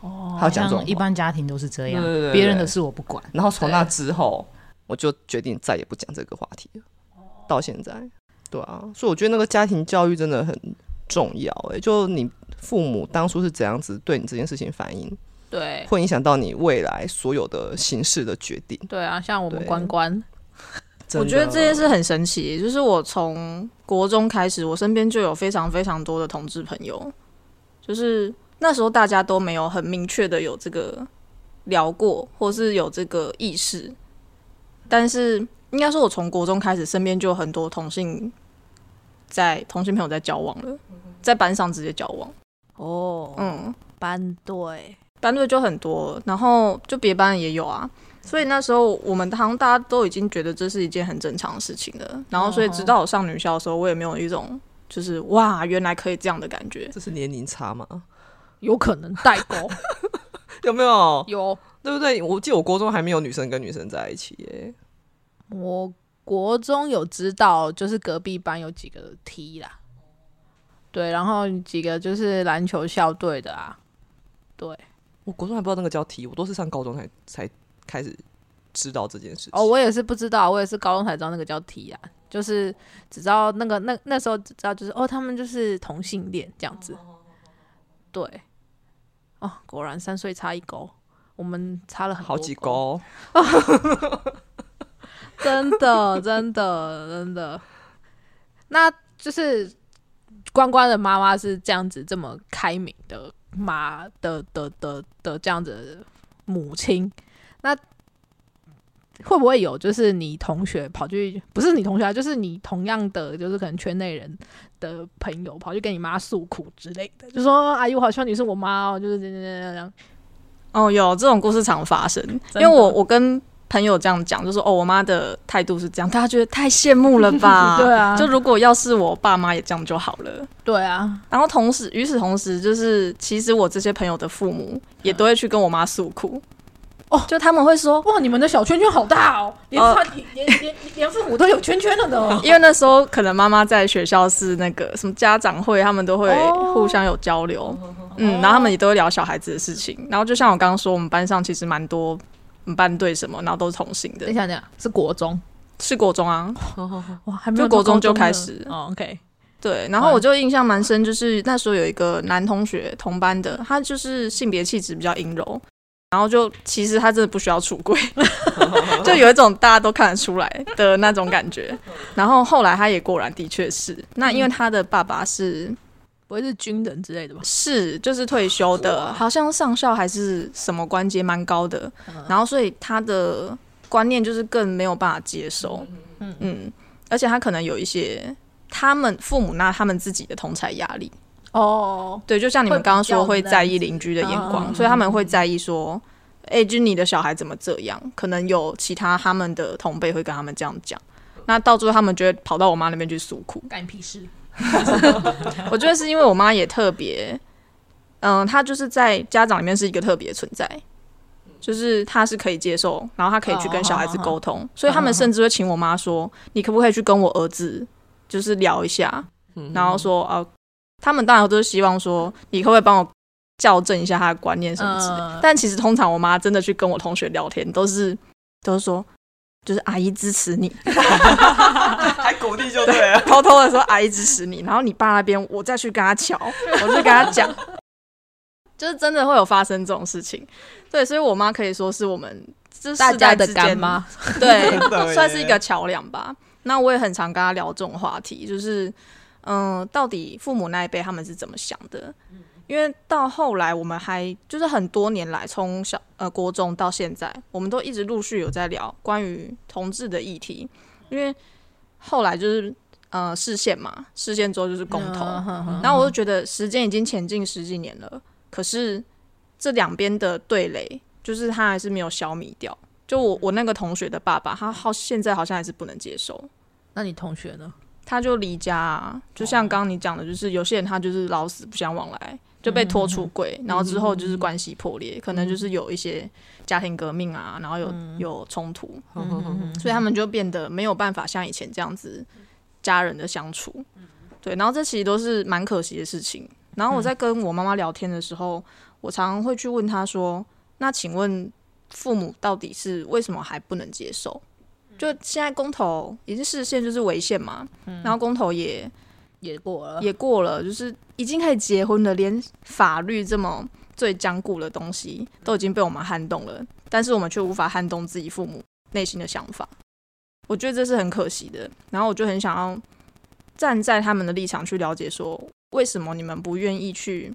Speaker 2: 哦，她有讲这种
Speaker 3: 哦像一
Speaker 2: 话。
Speaker 3: 般家庭都是这样
Speaker 2: 对对对，对
Speaker 3: 别人的事我不管。
Speaker 2: 然后从那之后，我就决定再也不讲这个话题了。
Speaker 3: 哦
Speaker 2: 到现在，对啊，所以我觉得那个家庭教育真的很重要、欸。就你父母当初是怎样子对你这件事情反应，
Speaker 1: 对
Speaker 2: 会影响到你未来所有的形式的决定。
Speaker 1: 对啊，像我们
Speaker 2: 对
Speaker 1: 关关，
Speaker 4: 我觉得这件
Speaker 2: 是
Speaker 4: 事很神奇，就是我从国中开始，我身边就有非常非常多的同志朋友，就是那时候大家都没有很明确的有这个聊过，或是有这个意识，但是应该说，我从国中开始，身边就有很多同性在同性朋友在交往了，在班上直接交往，
Speaker 1: 哦，
Speaker 4: 嗯，
Speaker 1: 班队，
Speaker 4: 班队就很多，然后就别班也有啊。所以那时候我们好像大家都已经觉得这是一件很正常的事情了。然后，所以直到我上女校的时候，我也没有一种就是哇，原来可以这样的感觉。
Speaker 2: 这是年龄差嘛？
Speaker 1: 有可能代沟，
Speaker 2: [laughs] 有没有？
Speaker 1: 有
Speaker 2: 对不对？我记得我国中还没有女生跟女生在一起耶、
Speaker 1: 我国中有知道，就是隔壁班有几个 T 啦，对，然后几个就是篮球校队的啊，对，
Speaker 2: 我国中还不知道那个叫 T，我都是上高中才才开始知道这件事情。
Speaker 1: 哦，我也是不知道，我也是高中才知道那个叫 T 啊，就是只知道那个那那时候只知道就是哦，他们就是同性恋这样
Speaker 2: 哦
Speaker 1: 子，对，哦，果然三岁差一沟，我们差了很
Speaker 2: 好
Speaker 1: 多
Speaker 2: 几，哦高，
Speaker 1: [laughs] 真的真的真的，那就是关关的妈妈是这样子这么开明的妈的的的的这样子的母亲，那会不会有就是你同学跑去不是你同学啊，就是你同样的就是可能圈内人的朋友跑去跟你妈诉苦之类的，就说阿姨我好希望你是我妈哦，就是这样这样这样
Speaker 4: 哦，有这种故事常发生，因
Speaker 1: 真的
Speaker 4: 为我我跟朋友这样讲，就说哦，我妈的态度是这样，大家觉得太羡慕了吧？ [laughs]
Speaker 1: 这样，对啊，
Speaker 4: 就
Speaker 1: 就
Speaker 4: 如果要是我爸妈也这样就好了。
Speaker 1: 对啊，
Speaker 4: 然后同时，与此同时，就是其实我这些朋友的父母也都会去跟我妈诉苦。
Speaker 1: 哦
Speaker 4: 就他们会说，
Speaker 1: 哇，你们的小圈圈好大哦，连
Speaker 4: 呃
Speaker 1: 串、连连连父母都有圈圈了呢。
Speaker 4: [laughs]
Speaker 1: [laughs]
Speaker 4: 因为那时候可能妈妈在学校是那个什么家长会，他们都会
Speaker 1: 哦
Speaker 4: 互相有交流，嗯，然后他们也都会聊小孩子的事情。然后就像我刚刚说，我们班上其实蛮多嗯班队什么，然后都是同性
Speaker 1: 等
Speaker 4: 的
Speaker 1: 一，下，等一下，是国中
Speaker 4: 是国中啊，
Speaker 1: 哇，还没
Speaker 4: 就
Speaker 1: 有到
Speaker 4: 国中就
Speaker 1: 呢
Speaker 4: 开始
Speaker 1: 哦，OK，
Speaker 4: 对。然后我就印象蛮深，就是那时候有一个男同学同班的，他就是性别气质比较阴柔。然后就其实他真的不需要出柜， [laughs] 就有一种大家都看得出来的那种感觉。然后后来他也果然的确是，那因为他的爸爸是
Speaker 1: 不会是军人之类的吧？
Speaker 4: 是，就是退休的，好像上校还是什么官阶蛮高的，
Speaker 1: 嗯
Speaker 4: 然后所以他的观念就是更没有办法接受，嗯而且他可能有一些他们父母那他们自己的同才压力，
Speaker 1: 哦，
Speaker 4: 对，就像你们
Speaker 1: 会比
Speaker 4: 刚刚说
Speaker 1: 较
Speaker 4: 会
Speaker 1: 这
Speaker 4: 在
Speaker 1: 样
Speaker 4: 意邻居的眼
Speaker 1: 嗯嗯
Speaker 4: 光，
Speaker 1: 嗯
Speaker 4: 所以他们会在意说，哎、就你的小孩怎么这样？可能有其他他们的同辈会跟他们这样讲。那到最后，他们就会跑到我妈那边去诉苦。
Speaker 5: 干你屁事！
Speaker 4: 我觉得是因为我妈也特别，嗯，她就是在家长里面是一个特别存在，就是她是可以接受，然后她可以去跟小孩子沟通，所以他们甚至会请我妈说：“你可不可以去跟我儿子就是聊一下？”
Speaker 2: 嗯 [laughs]
Speaker 4: 然后说：“啊，他们当然都是希望说你可不可以帮我校正一下他的观
Speaker 1: 呃
Speaker 4: 念什么之类。
Speaker 5: 嗯
Speaker 4: 但其实通常我妈真的去跟我同学聊天，都是都是说。就是阿姨支持你，
Speaker 2: 还鼓励就对了。
Speaker 4: 偷偷的说阿姨支持你，然后你爸那边我再去跟他 [laughs] 瞧，我就跟他讲，就是真的会有发生这种事情。对，所以我妈可以说是我们这
Speaker 1: 大
Speaker 4: 世
Speaker 1: 家
Speaker 4: 代
Speaker 1: 的
Speaker 4: 之间
Speaker 1: 干妈，
Speaker 2: 真的
Speaker 4: [laughs] 对，
Speaker 2: 耶
Speaker 4: 算是一个桥梁吧。那我也很常跟他聊这种话题，就是嗯、呃到底父母那一辈他们是怎么想的？因为到后来，我们还就是很多年来，从小呃国中到现在，我们都一直陆续有在聊关于同志的议题。因为后来就是呃视线嘛，视线之后就是公投，然后我就觉得时间已经前进十几年了，可是这两边的对垒，就是他还是没有消弭掉。就我我那个同学的爸爸，他好现在好像还是不能接受，
Speaker 1: 那你同学呢？
Speaker 4: 他就离家、啊。就像刚刚你讲的，就是有些人他就是老死不相往来，就被拖出轨，然后之后就是关系破裂，可能就是有一些家庭革命啊，然后有、有冲突，所以他们就变得没有办法像以前这样子家人的相处。对，然后这其实都是蛮可惜的事情。然后我在跟我妈妈聊天的时候，我常常会去问她说：“那请问父母到底是为什么还不能接受？”就现在公投已经视线就是违宪嘛，
Speaker 1: 嗯
Speaker 4: 然后公投也
Speaker 1: 也过了，
Speaker 4: 嗯也过了，就是已经可以结婚了，连法律这么最坚固的东西都已经被我们撼动了，但是我们却无法撼动自己父母内心的想法。我觉得这是很可惜的。然后我就很想要站在他们的立场去了解说，为什么你们不愿意去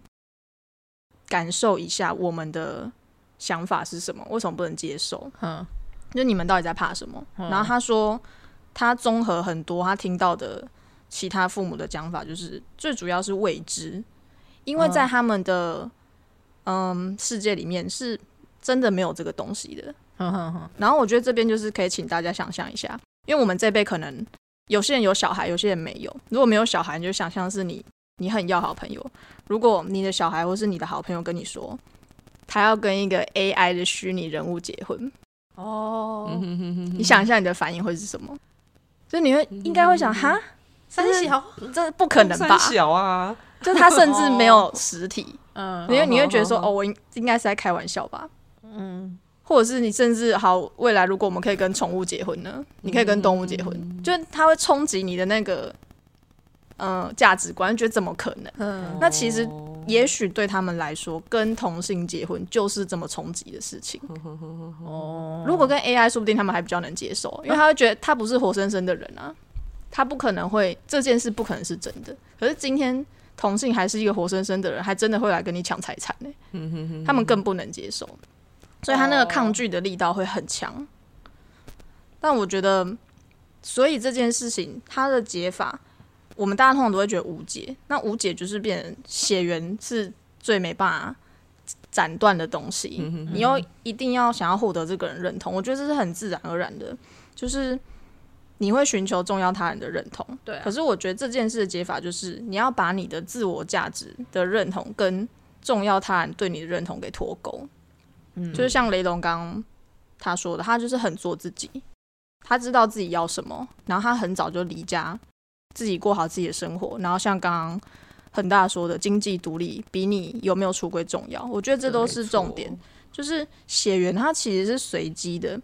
Speaker 4: 感受一下我们的想法是什么？为什么不能接受？
Speaker 1: 嗯，
Speaker 4: 就你们到底在怕什么？然后他说，他综合很多他听到的其他父母的讲法，就是最主要是未知，因为在他们的嗯世界里面是真的没有这个东西的。
Speaker 1: 哼哼哼，
Speaker 4: 然后我觉得这边就是可以请大家想象一下，因为我们这辈可能有些人有小孩，有些人没有。如果没有小孩，你就想象是你你很要好朋友，如果你的小孩或是你的好朋友跟你说，他要跟一个 AI 的虚拟人物结婚。嗯
Speaker 1: 哦，
Speaker 4: 你
Speaker 2: 你
Speaker 4: 想一下你的反应会是什么？就你会应该会想哈，
Speaker 1: 三小，
Speaker 4: 这不可能吧？
Speaker 2: 小啊，
Speaker 4: 就他甚至没有实体，
Speaker 1: 嗯
Speaker 4: 你会你会觉得说
Speaker 2: 好好
Speaker 4: 哦，我应应该是在开玩笑吧？
Speaker 1: 嗯，
Speaker 4: 或者是你甚至好，未来如果我们可以跟宠物结婚呢，你可以跟动物结婚，就是它会冲击你的那个呃价值观，觉得怎么可能？
Speaker 1: 嗯，
Speaker 4: 那其实也许对他们来说，跟同性结婚就是这么冲击的事情。
Speaker 1: 哦，
Speaker 4: 如果跟 AI，说不定他们还比较能接受，因为他会觉得他不是活生生的人啊，他不可能会这件事不可能是真的。可是今天同性还是一个活生生的人，还真的会来跟你抢财产呢、他们更不能接受，所以他那个抗拒的力道会很强。但我觉得，所以这件事情它的解法，我们大家通常都会觉得无解。那无解就是变成血缘是最没办法斩断的东西。
Speaker 1: 嗯
Speaker 4: 你又一定要想要获得这个人认同，我觉得这是很自然而然的，就是你会寻求重要他人的认同。
Speaker 1: 对啊
Speaker 4: 可是我觉得这件事的解法就是，你要把你的自我价值的认同跟重要他人对你的认同给脱钩。
Speaker 1: 嗯
Speaker 4: 就是像雷龙刚刚他说的，他就是很做自己，他知道自己要什么，然后他很早就离家，自己过好自己的生活。然后像刚刚恒大说的，经济独立比你有没有出轨重要，我觉得这都是重点。就是血缘，它其实是随机的。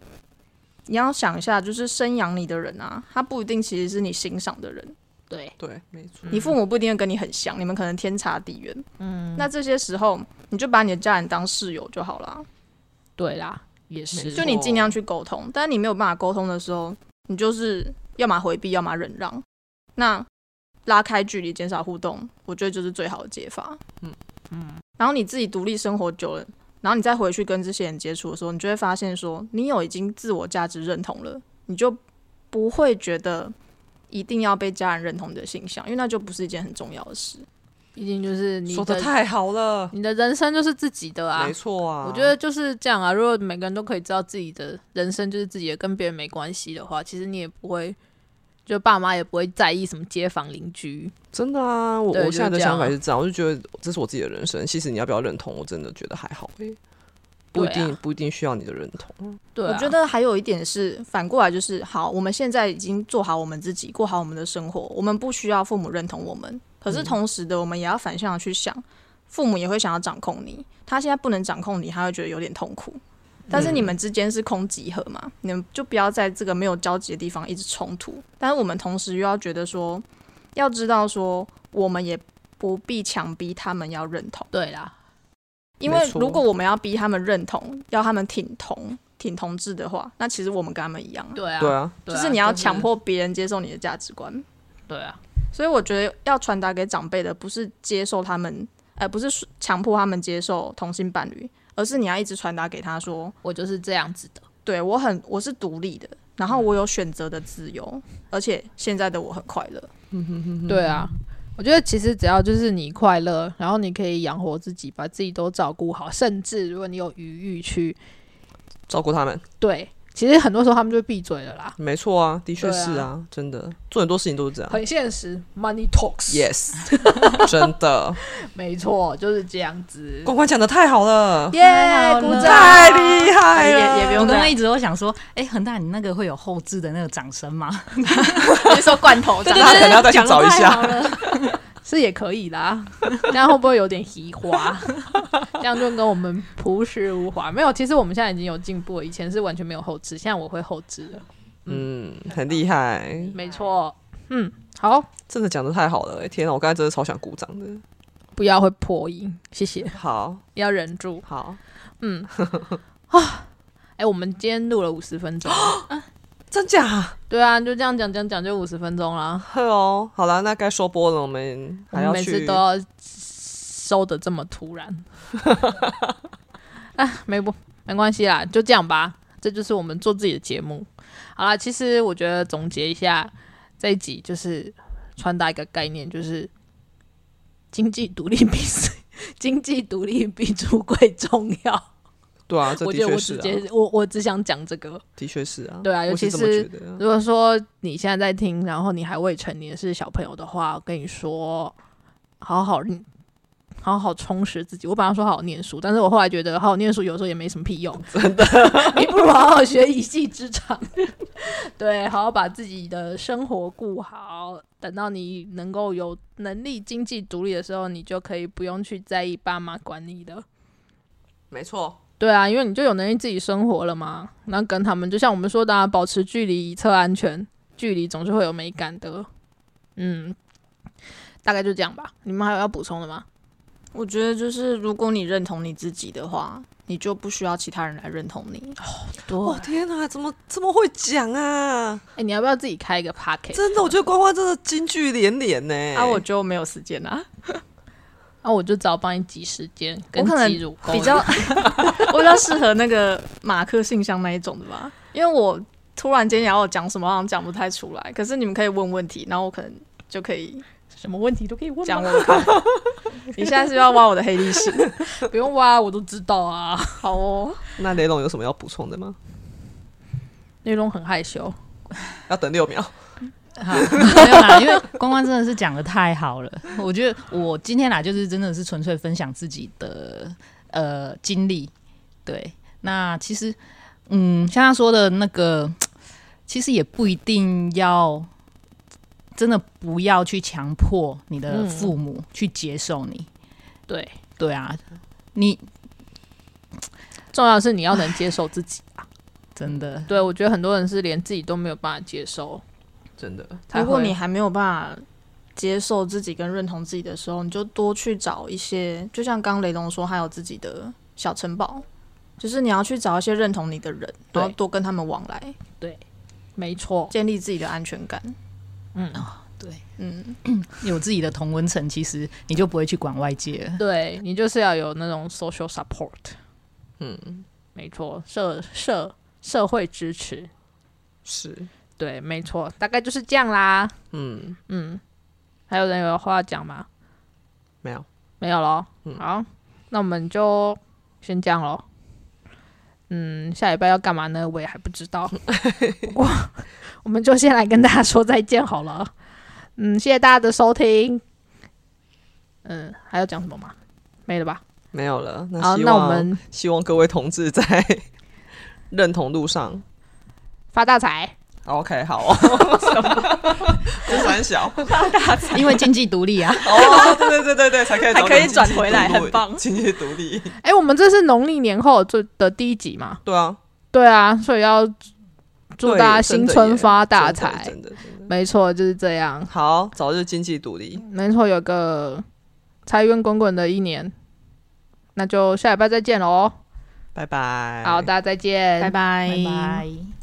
Speaker 4: 你要想一下，就是生养你的人啊，他不一定其实是你欣赏的人，
Speaker 1: 对，
Speaker 2: 对，没错，
Speaker 4: 你父母不一定会跟你很像，你们可能天差地远。嗯，那这些时候你就把你的家人当室友就好了。
Speaker 1: 对啦，也
Speaker 2: 没
Speaker 1: 是，
Speaker 2: 错
Speaker 4: 就你尽量去沟通，但你没有办法沟通的时候，你就是要么回避，要么忍让。那拉开距离，减少互动，我觉得就是最好的解法。
Speaker 2: 嗯
Speaker 4: 嗯然后你自己独立生活久了，然后你再回去跟这些人接触的时候，你就会发现说，你有已经自我价值认同了，你就不会觉得一定要被家人认同你的形象，因为那就不是一件很重要的事。
Speaker 1: 毕竟就是你
Speaker 2: 说的
Speaker 1: 的
Speaker 2: 太好了，
Speaker 1: 你的人生就是自己的啊
Speaker 2: 没，错啊，
Speaker 1: 我觉得就是这样啊。如果每个人都可以知道自己的人生就是自己的，跟别人没关系的话，其实你也不会，就爸妈也不会在意什么街坊邻居。
Speaker 2: 真的啊，我
Speaker 1: 对
Speaker 2: 我现在
Speaker 1: 就是
Speaker 2: 的
Speaker 1: 这样
Speaker 2: 想法是这样，我就觉得这是我自己的人生。其实你要不要认同，我真的觉得还好、欸，不
Speaker 1: 对
Speaker 2: 一
Speaker 1: 啊
Speaker 2: 定、不一定需要你的认同。
Speaker 1: 对、啊，
Speaker 4: 我觉得还有一点是，反过来就是，好，我们现在已经做好我们自己，过好我们的生活，我们不需要父母认同我们。可是同时的，我们也要反向的去想，父母也会想要掌控你，他现在不能掌控你，他会觉得有点痛苦。
Speaker 1: 嗯
Speaker 4: 但是你们之间是空集合嘛，你们就不要在这个没有交集的地方一直冲突。但是我们同时又要觉得说，要知道说，我们也不必强逼他们要认同。
Speaker 1: 对啦，
Speaker 4: 因为
Speaker 2: 没错
Speaker 4: 如果我们要逼他们认同，要他们挺同挺同志的话，那其实我们跟他们一样啊，
Speaker 1: 对啊，
Speaker 2: 对啊，
Speaker 1: 对啊
Speaker 4: 就是你要强，迫别人接受你的价值观。
Speaker 1: 就是对啊，
Speaker 4: 所以我觉得要传达给长辈的，不是接受他们，呃，不是说强迫他们接受同性伴侣，而是你要一直传达给他说，
Speaker 1: 我就是这样子的。
Speaker 4: 对我很我是独立的，然后我有选择的自由，而且现在的我很快乐。嗯
Speaker 1: 对啊，我觉得其实只要就是你快乐，然后你可以养活自己，把自己都照顾好，甚至如果你有余裕去
Speaker 2: 照顾他们，
Speaker 1: 对，其实很多时候他们就会闭嘴了啦，
Speaker 2: 没错啊，的
Speaker 1: 对
Speaker 2: 确
Speaker 1: 啊
Speaker 2: 是啊，真的做很多事情都是这样。
Speaker 1: 很现实，money talks，、
Speaker 2: Yes，真的，
Speaker 1: 没错，就是这样子。
Speaker 2: 关关讲的太好了，
Speaker 1: 耶、
Speaker 3: 太好
Speaker 1: 鼓
Speaker 3: 了
Speaker 1: 掌！
Speaker 2: 太厉害
Speaker 4: 也也
Speaker 2: 了，
Speaker 4: 不
Speaker 3: 我
Speaker 4: 用
Speaker 3: 刚
Speaker 4: 这
Speaker 3: 刚
Speaker 4: 样，
Speaker 3: 一直都想说，哎、恒大，你那个会有后置的那个掌声吗？
Speaker 4: 你说罐头，
Speaker 2: 大家可能要再去找一下。
Speaker 1: [laughs] 是也可以啦，这样会不会有点移花？ [laughs] 这样就跟我们朴实无华。没有，其实我们现在已经有进步了，以前是完全没有后置，现在我会后置了。
Speaker 2: 嗯，很厉害，
Speaker 1: 没错，嗯，好，
Speaker 2: 真的讲的太好了、欸，天啊，我刚才真的超想鼓掌的。
Speaker 1: 不要会破音，谢谢，
Speaker 2: 好
Speaker 1: 要忍住。
Speaker 2: 好，
Speaker 1: 嗯，啊，哎、我们今天录了五十分钟，
Speaker 2: 真假？
Speaker 1: 对啊，就这样讲讲讲就五十分钟啦。
Speaker 2: 呵哦，好啦，那该收播了，我们
Speaker 1: 我
Speaker 2: 还
Speaker 1: 们
Speaker 2: 要
Speaker 1: 嗯每次
Speaker 2: 去
Speaker 1: 都要收的这么突然， [laughs] 哎，没不没关系啦，就这样吧，这就是我们做自己的节目。好啦，其实我觉得总结一下这一集，就是传达一个概念，就是经济独立比 [laughs] 经济独立比出柜重要。
Speaker 2: 对啊，这
Speaker 1: 我
Speaker 2: 的
Speaker 1: 觉得
Speaker 2: 确
Speaker 1: 我
Speaker 2: 是
Speaker 1: 直
Speaker 2: 啊，
Speaker 1: 接，我我只想讲这个。
Speaker 2: 的确是啊，
Speaker 1: 对啊
Speaker 2: 我
Speaker 1: 尤其
Speaker 2: 是这么
Speaker 1: 是
Speaker 2: 觉得啊
Speaker 1: 如果说你现在在听，然后你还未成年是小朋友的话，我跟你说，好好好好充实自己。我本来说好好念书，但是我后来觉得好好念书有时候也没什么屁用，真的， [laughs] 你不如好好学一技之长。对，好好把自己的生活顾好。等到你能够有能力经济独立的时候，你就可以不用去在意爸妈管你的。
Speaker 2: 没错，
Speaker 1: 对啊，因为你就有能力自己生活了嘛。那跟他们，就像我们说的、啊，保持距离，测安全，距离总是会有美感的。嗯，大概就这样吧。你们还有要补充的吗？
Speaker 4: 我觉得就是，如果你认同你自己的话，你就不需要其他人来认同你。
Speaker 1: 对
Speaker 2: 哇，天哪，怎么这么会讲啊？
Speaker 1: 哎、你要不要自己开一个 p o c k e t
Speaker 2: 真的，我觉得关关真的金句连连呢、
Speaker 4: 啊，我就没有时间啊啦、
Speaker 1: 那、啊我就只好帮你挤时间，跟
Speaker 4: 我可能
Speaker 1: 挤乳沟 [laughs]
Speaker 4: 比较 [laughs] 我比较适合那个马克信箱那一种的吧，因为我突然间要我讲什么，好像讲不太出来。可是你们可以问问题，然后我可能就可以
Speaker 1: 什么问题都可以问
Speaker 4: 讲我的 [laughs] 看法。你现在是要挖我的黑历史？
Speaker 1: 不用挖，我都知道啊。
Speaker 4: [laughs] 好哦，
Speaker 2: 那雷龙有什么要补充的吗？
Speaker 1: 内容很害羞，
Speaker 2: 要等六秒，
Speaker 3: 好，没有啦，因为光光真的是讲的太好了。我觉得我今天来就是真的是纯粹分享自己的呃经历。对，那其实嗯，像他说的那个，其实也不一定要真的不要去强迫你的
Speaker 1: 嗯
Speaker 3: 父母去接受你。
Speaker 1: 对，
Speaker 3: 对啊，你
Speaker 1: 重要的是你要能接受自己啊。
Speaker 3: 真的
Speaker 1: 对，我觉得很多人是连自己都没有办法接受，
Speaker 2: 真的，
Speaker 1: 才
Speaker 4: 如果
Speaker 1: 会
Speaker 4: 你还没有办法接受自己跟认同自己的时候，你就多去找一些，就像刚刚雷龙说，还有自己的小城堡，就是你要去找一些认同你的人，然后
Speaker 1: 对
Speaker 4: 多跟他们往来，
Speaker 1: 没错，
Speaker 4: 建立自己的安全感。嗯，
Speaker 3: 有自己的同温层，其实你就不会去管外界了。
Speaker 1: 对你就是要有那种 social support，
Speaker 2: 嗯，
Speaker 1: 没错，社社社会支持，
Speaker 2: 是，
Speaker 1: 对，没错，大概就是这样啦。
Speaker 2: 嗯，
Speaker 1: 嗯，还有人有话要讲吗？
Speaker 2: 没有，
Speaker 1: 没有咯。
Speaker 2: 嗯
Speaker 1: 好，那我们就先这样咯。嗯，下礼拜要干嘛呢？我也还不知
Speaker 2: [laughs]
Speaker 1: 道。不过，我们就先来跟大家说再见好了。嗯，谢谢大家的收听。嗯，还要讲什么吗？没了吧？
Speaker 2: 没有了。那
Speaker 1: 好，
Speaker 2: 希
Speaker 1: 那我
Speaker 2: 望
Speaker 1: 们
Speaker 2: 希望各位同志在认同路上。
Speaker 1: 发大财。
Speaker 2: OK，好、 [laughs] 哦，什么？三小
Speaker 3: 因为经济独立啊，
Speaker 2: 哦，对对对对对，才可以
Speaker 4: 还
Speaker 2: 找
Speaker 4: 可以
Speaker 2: 点经济
Speaker 4: 转回来
Speaker 2: 独立
Speaker 4: 很棒
Speaker 2: 经济独立，
Speaker 1: 哎、我们这是农历年后做的第一集嘛？
Speaker 2: 对啊，
Speaker 1: 对啊，所以要祝
Speaker 2: 对
Speaker 1: 大家
Speaker 2: 真
Speaker 1: 新
Speaker 2: 的耶
Speaker 1: 春发大
Speaker 2: 真的
Speaker 1: 财。
Speaker 2: 真的真的。
Speaker 1: 没错，就是这样。
Speaker 2: 好，早日经济独立，
Speaker 1: 没错，有个财源滚滚的一年，那就下礼拜再见喽。
Speaker 2: 拜拜。
Speaker 1: 好，大家再见，
Speaker 3: 拜
Speaker 1: [laughs] 拜拜
Speaker 3: 拜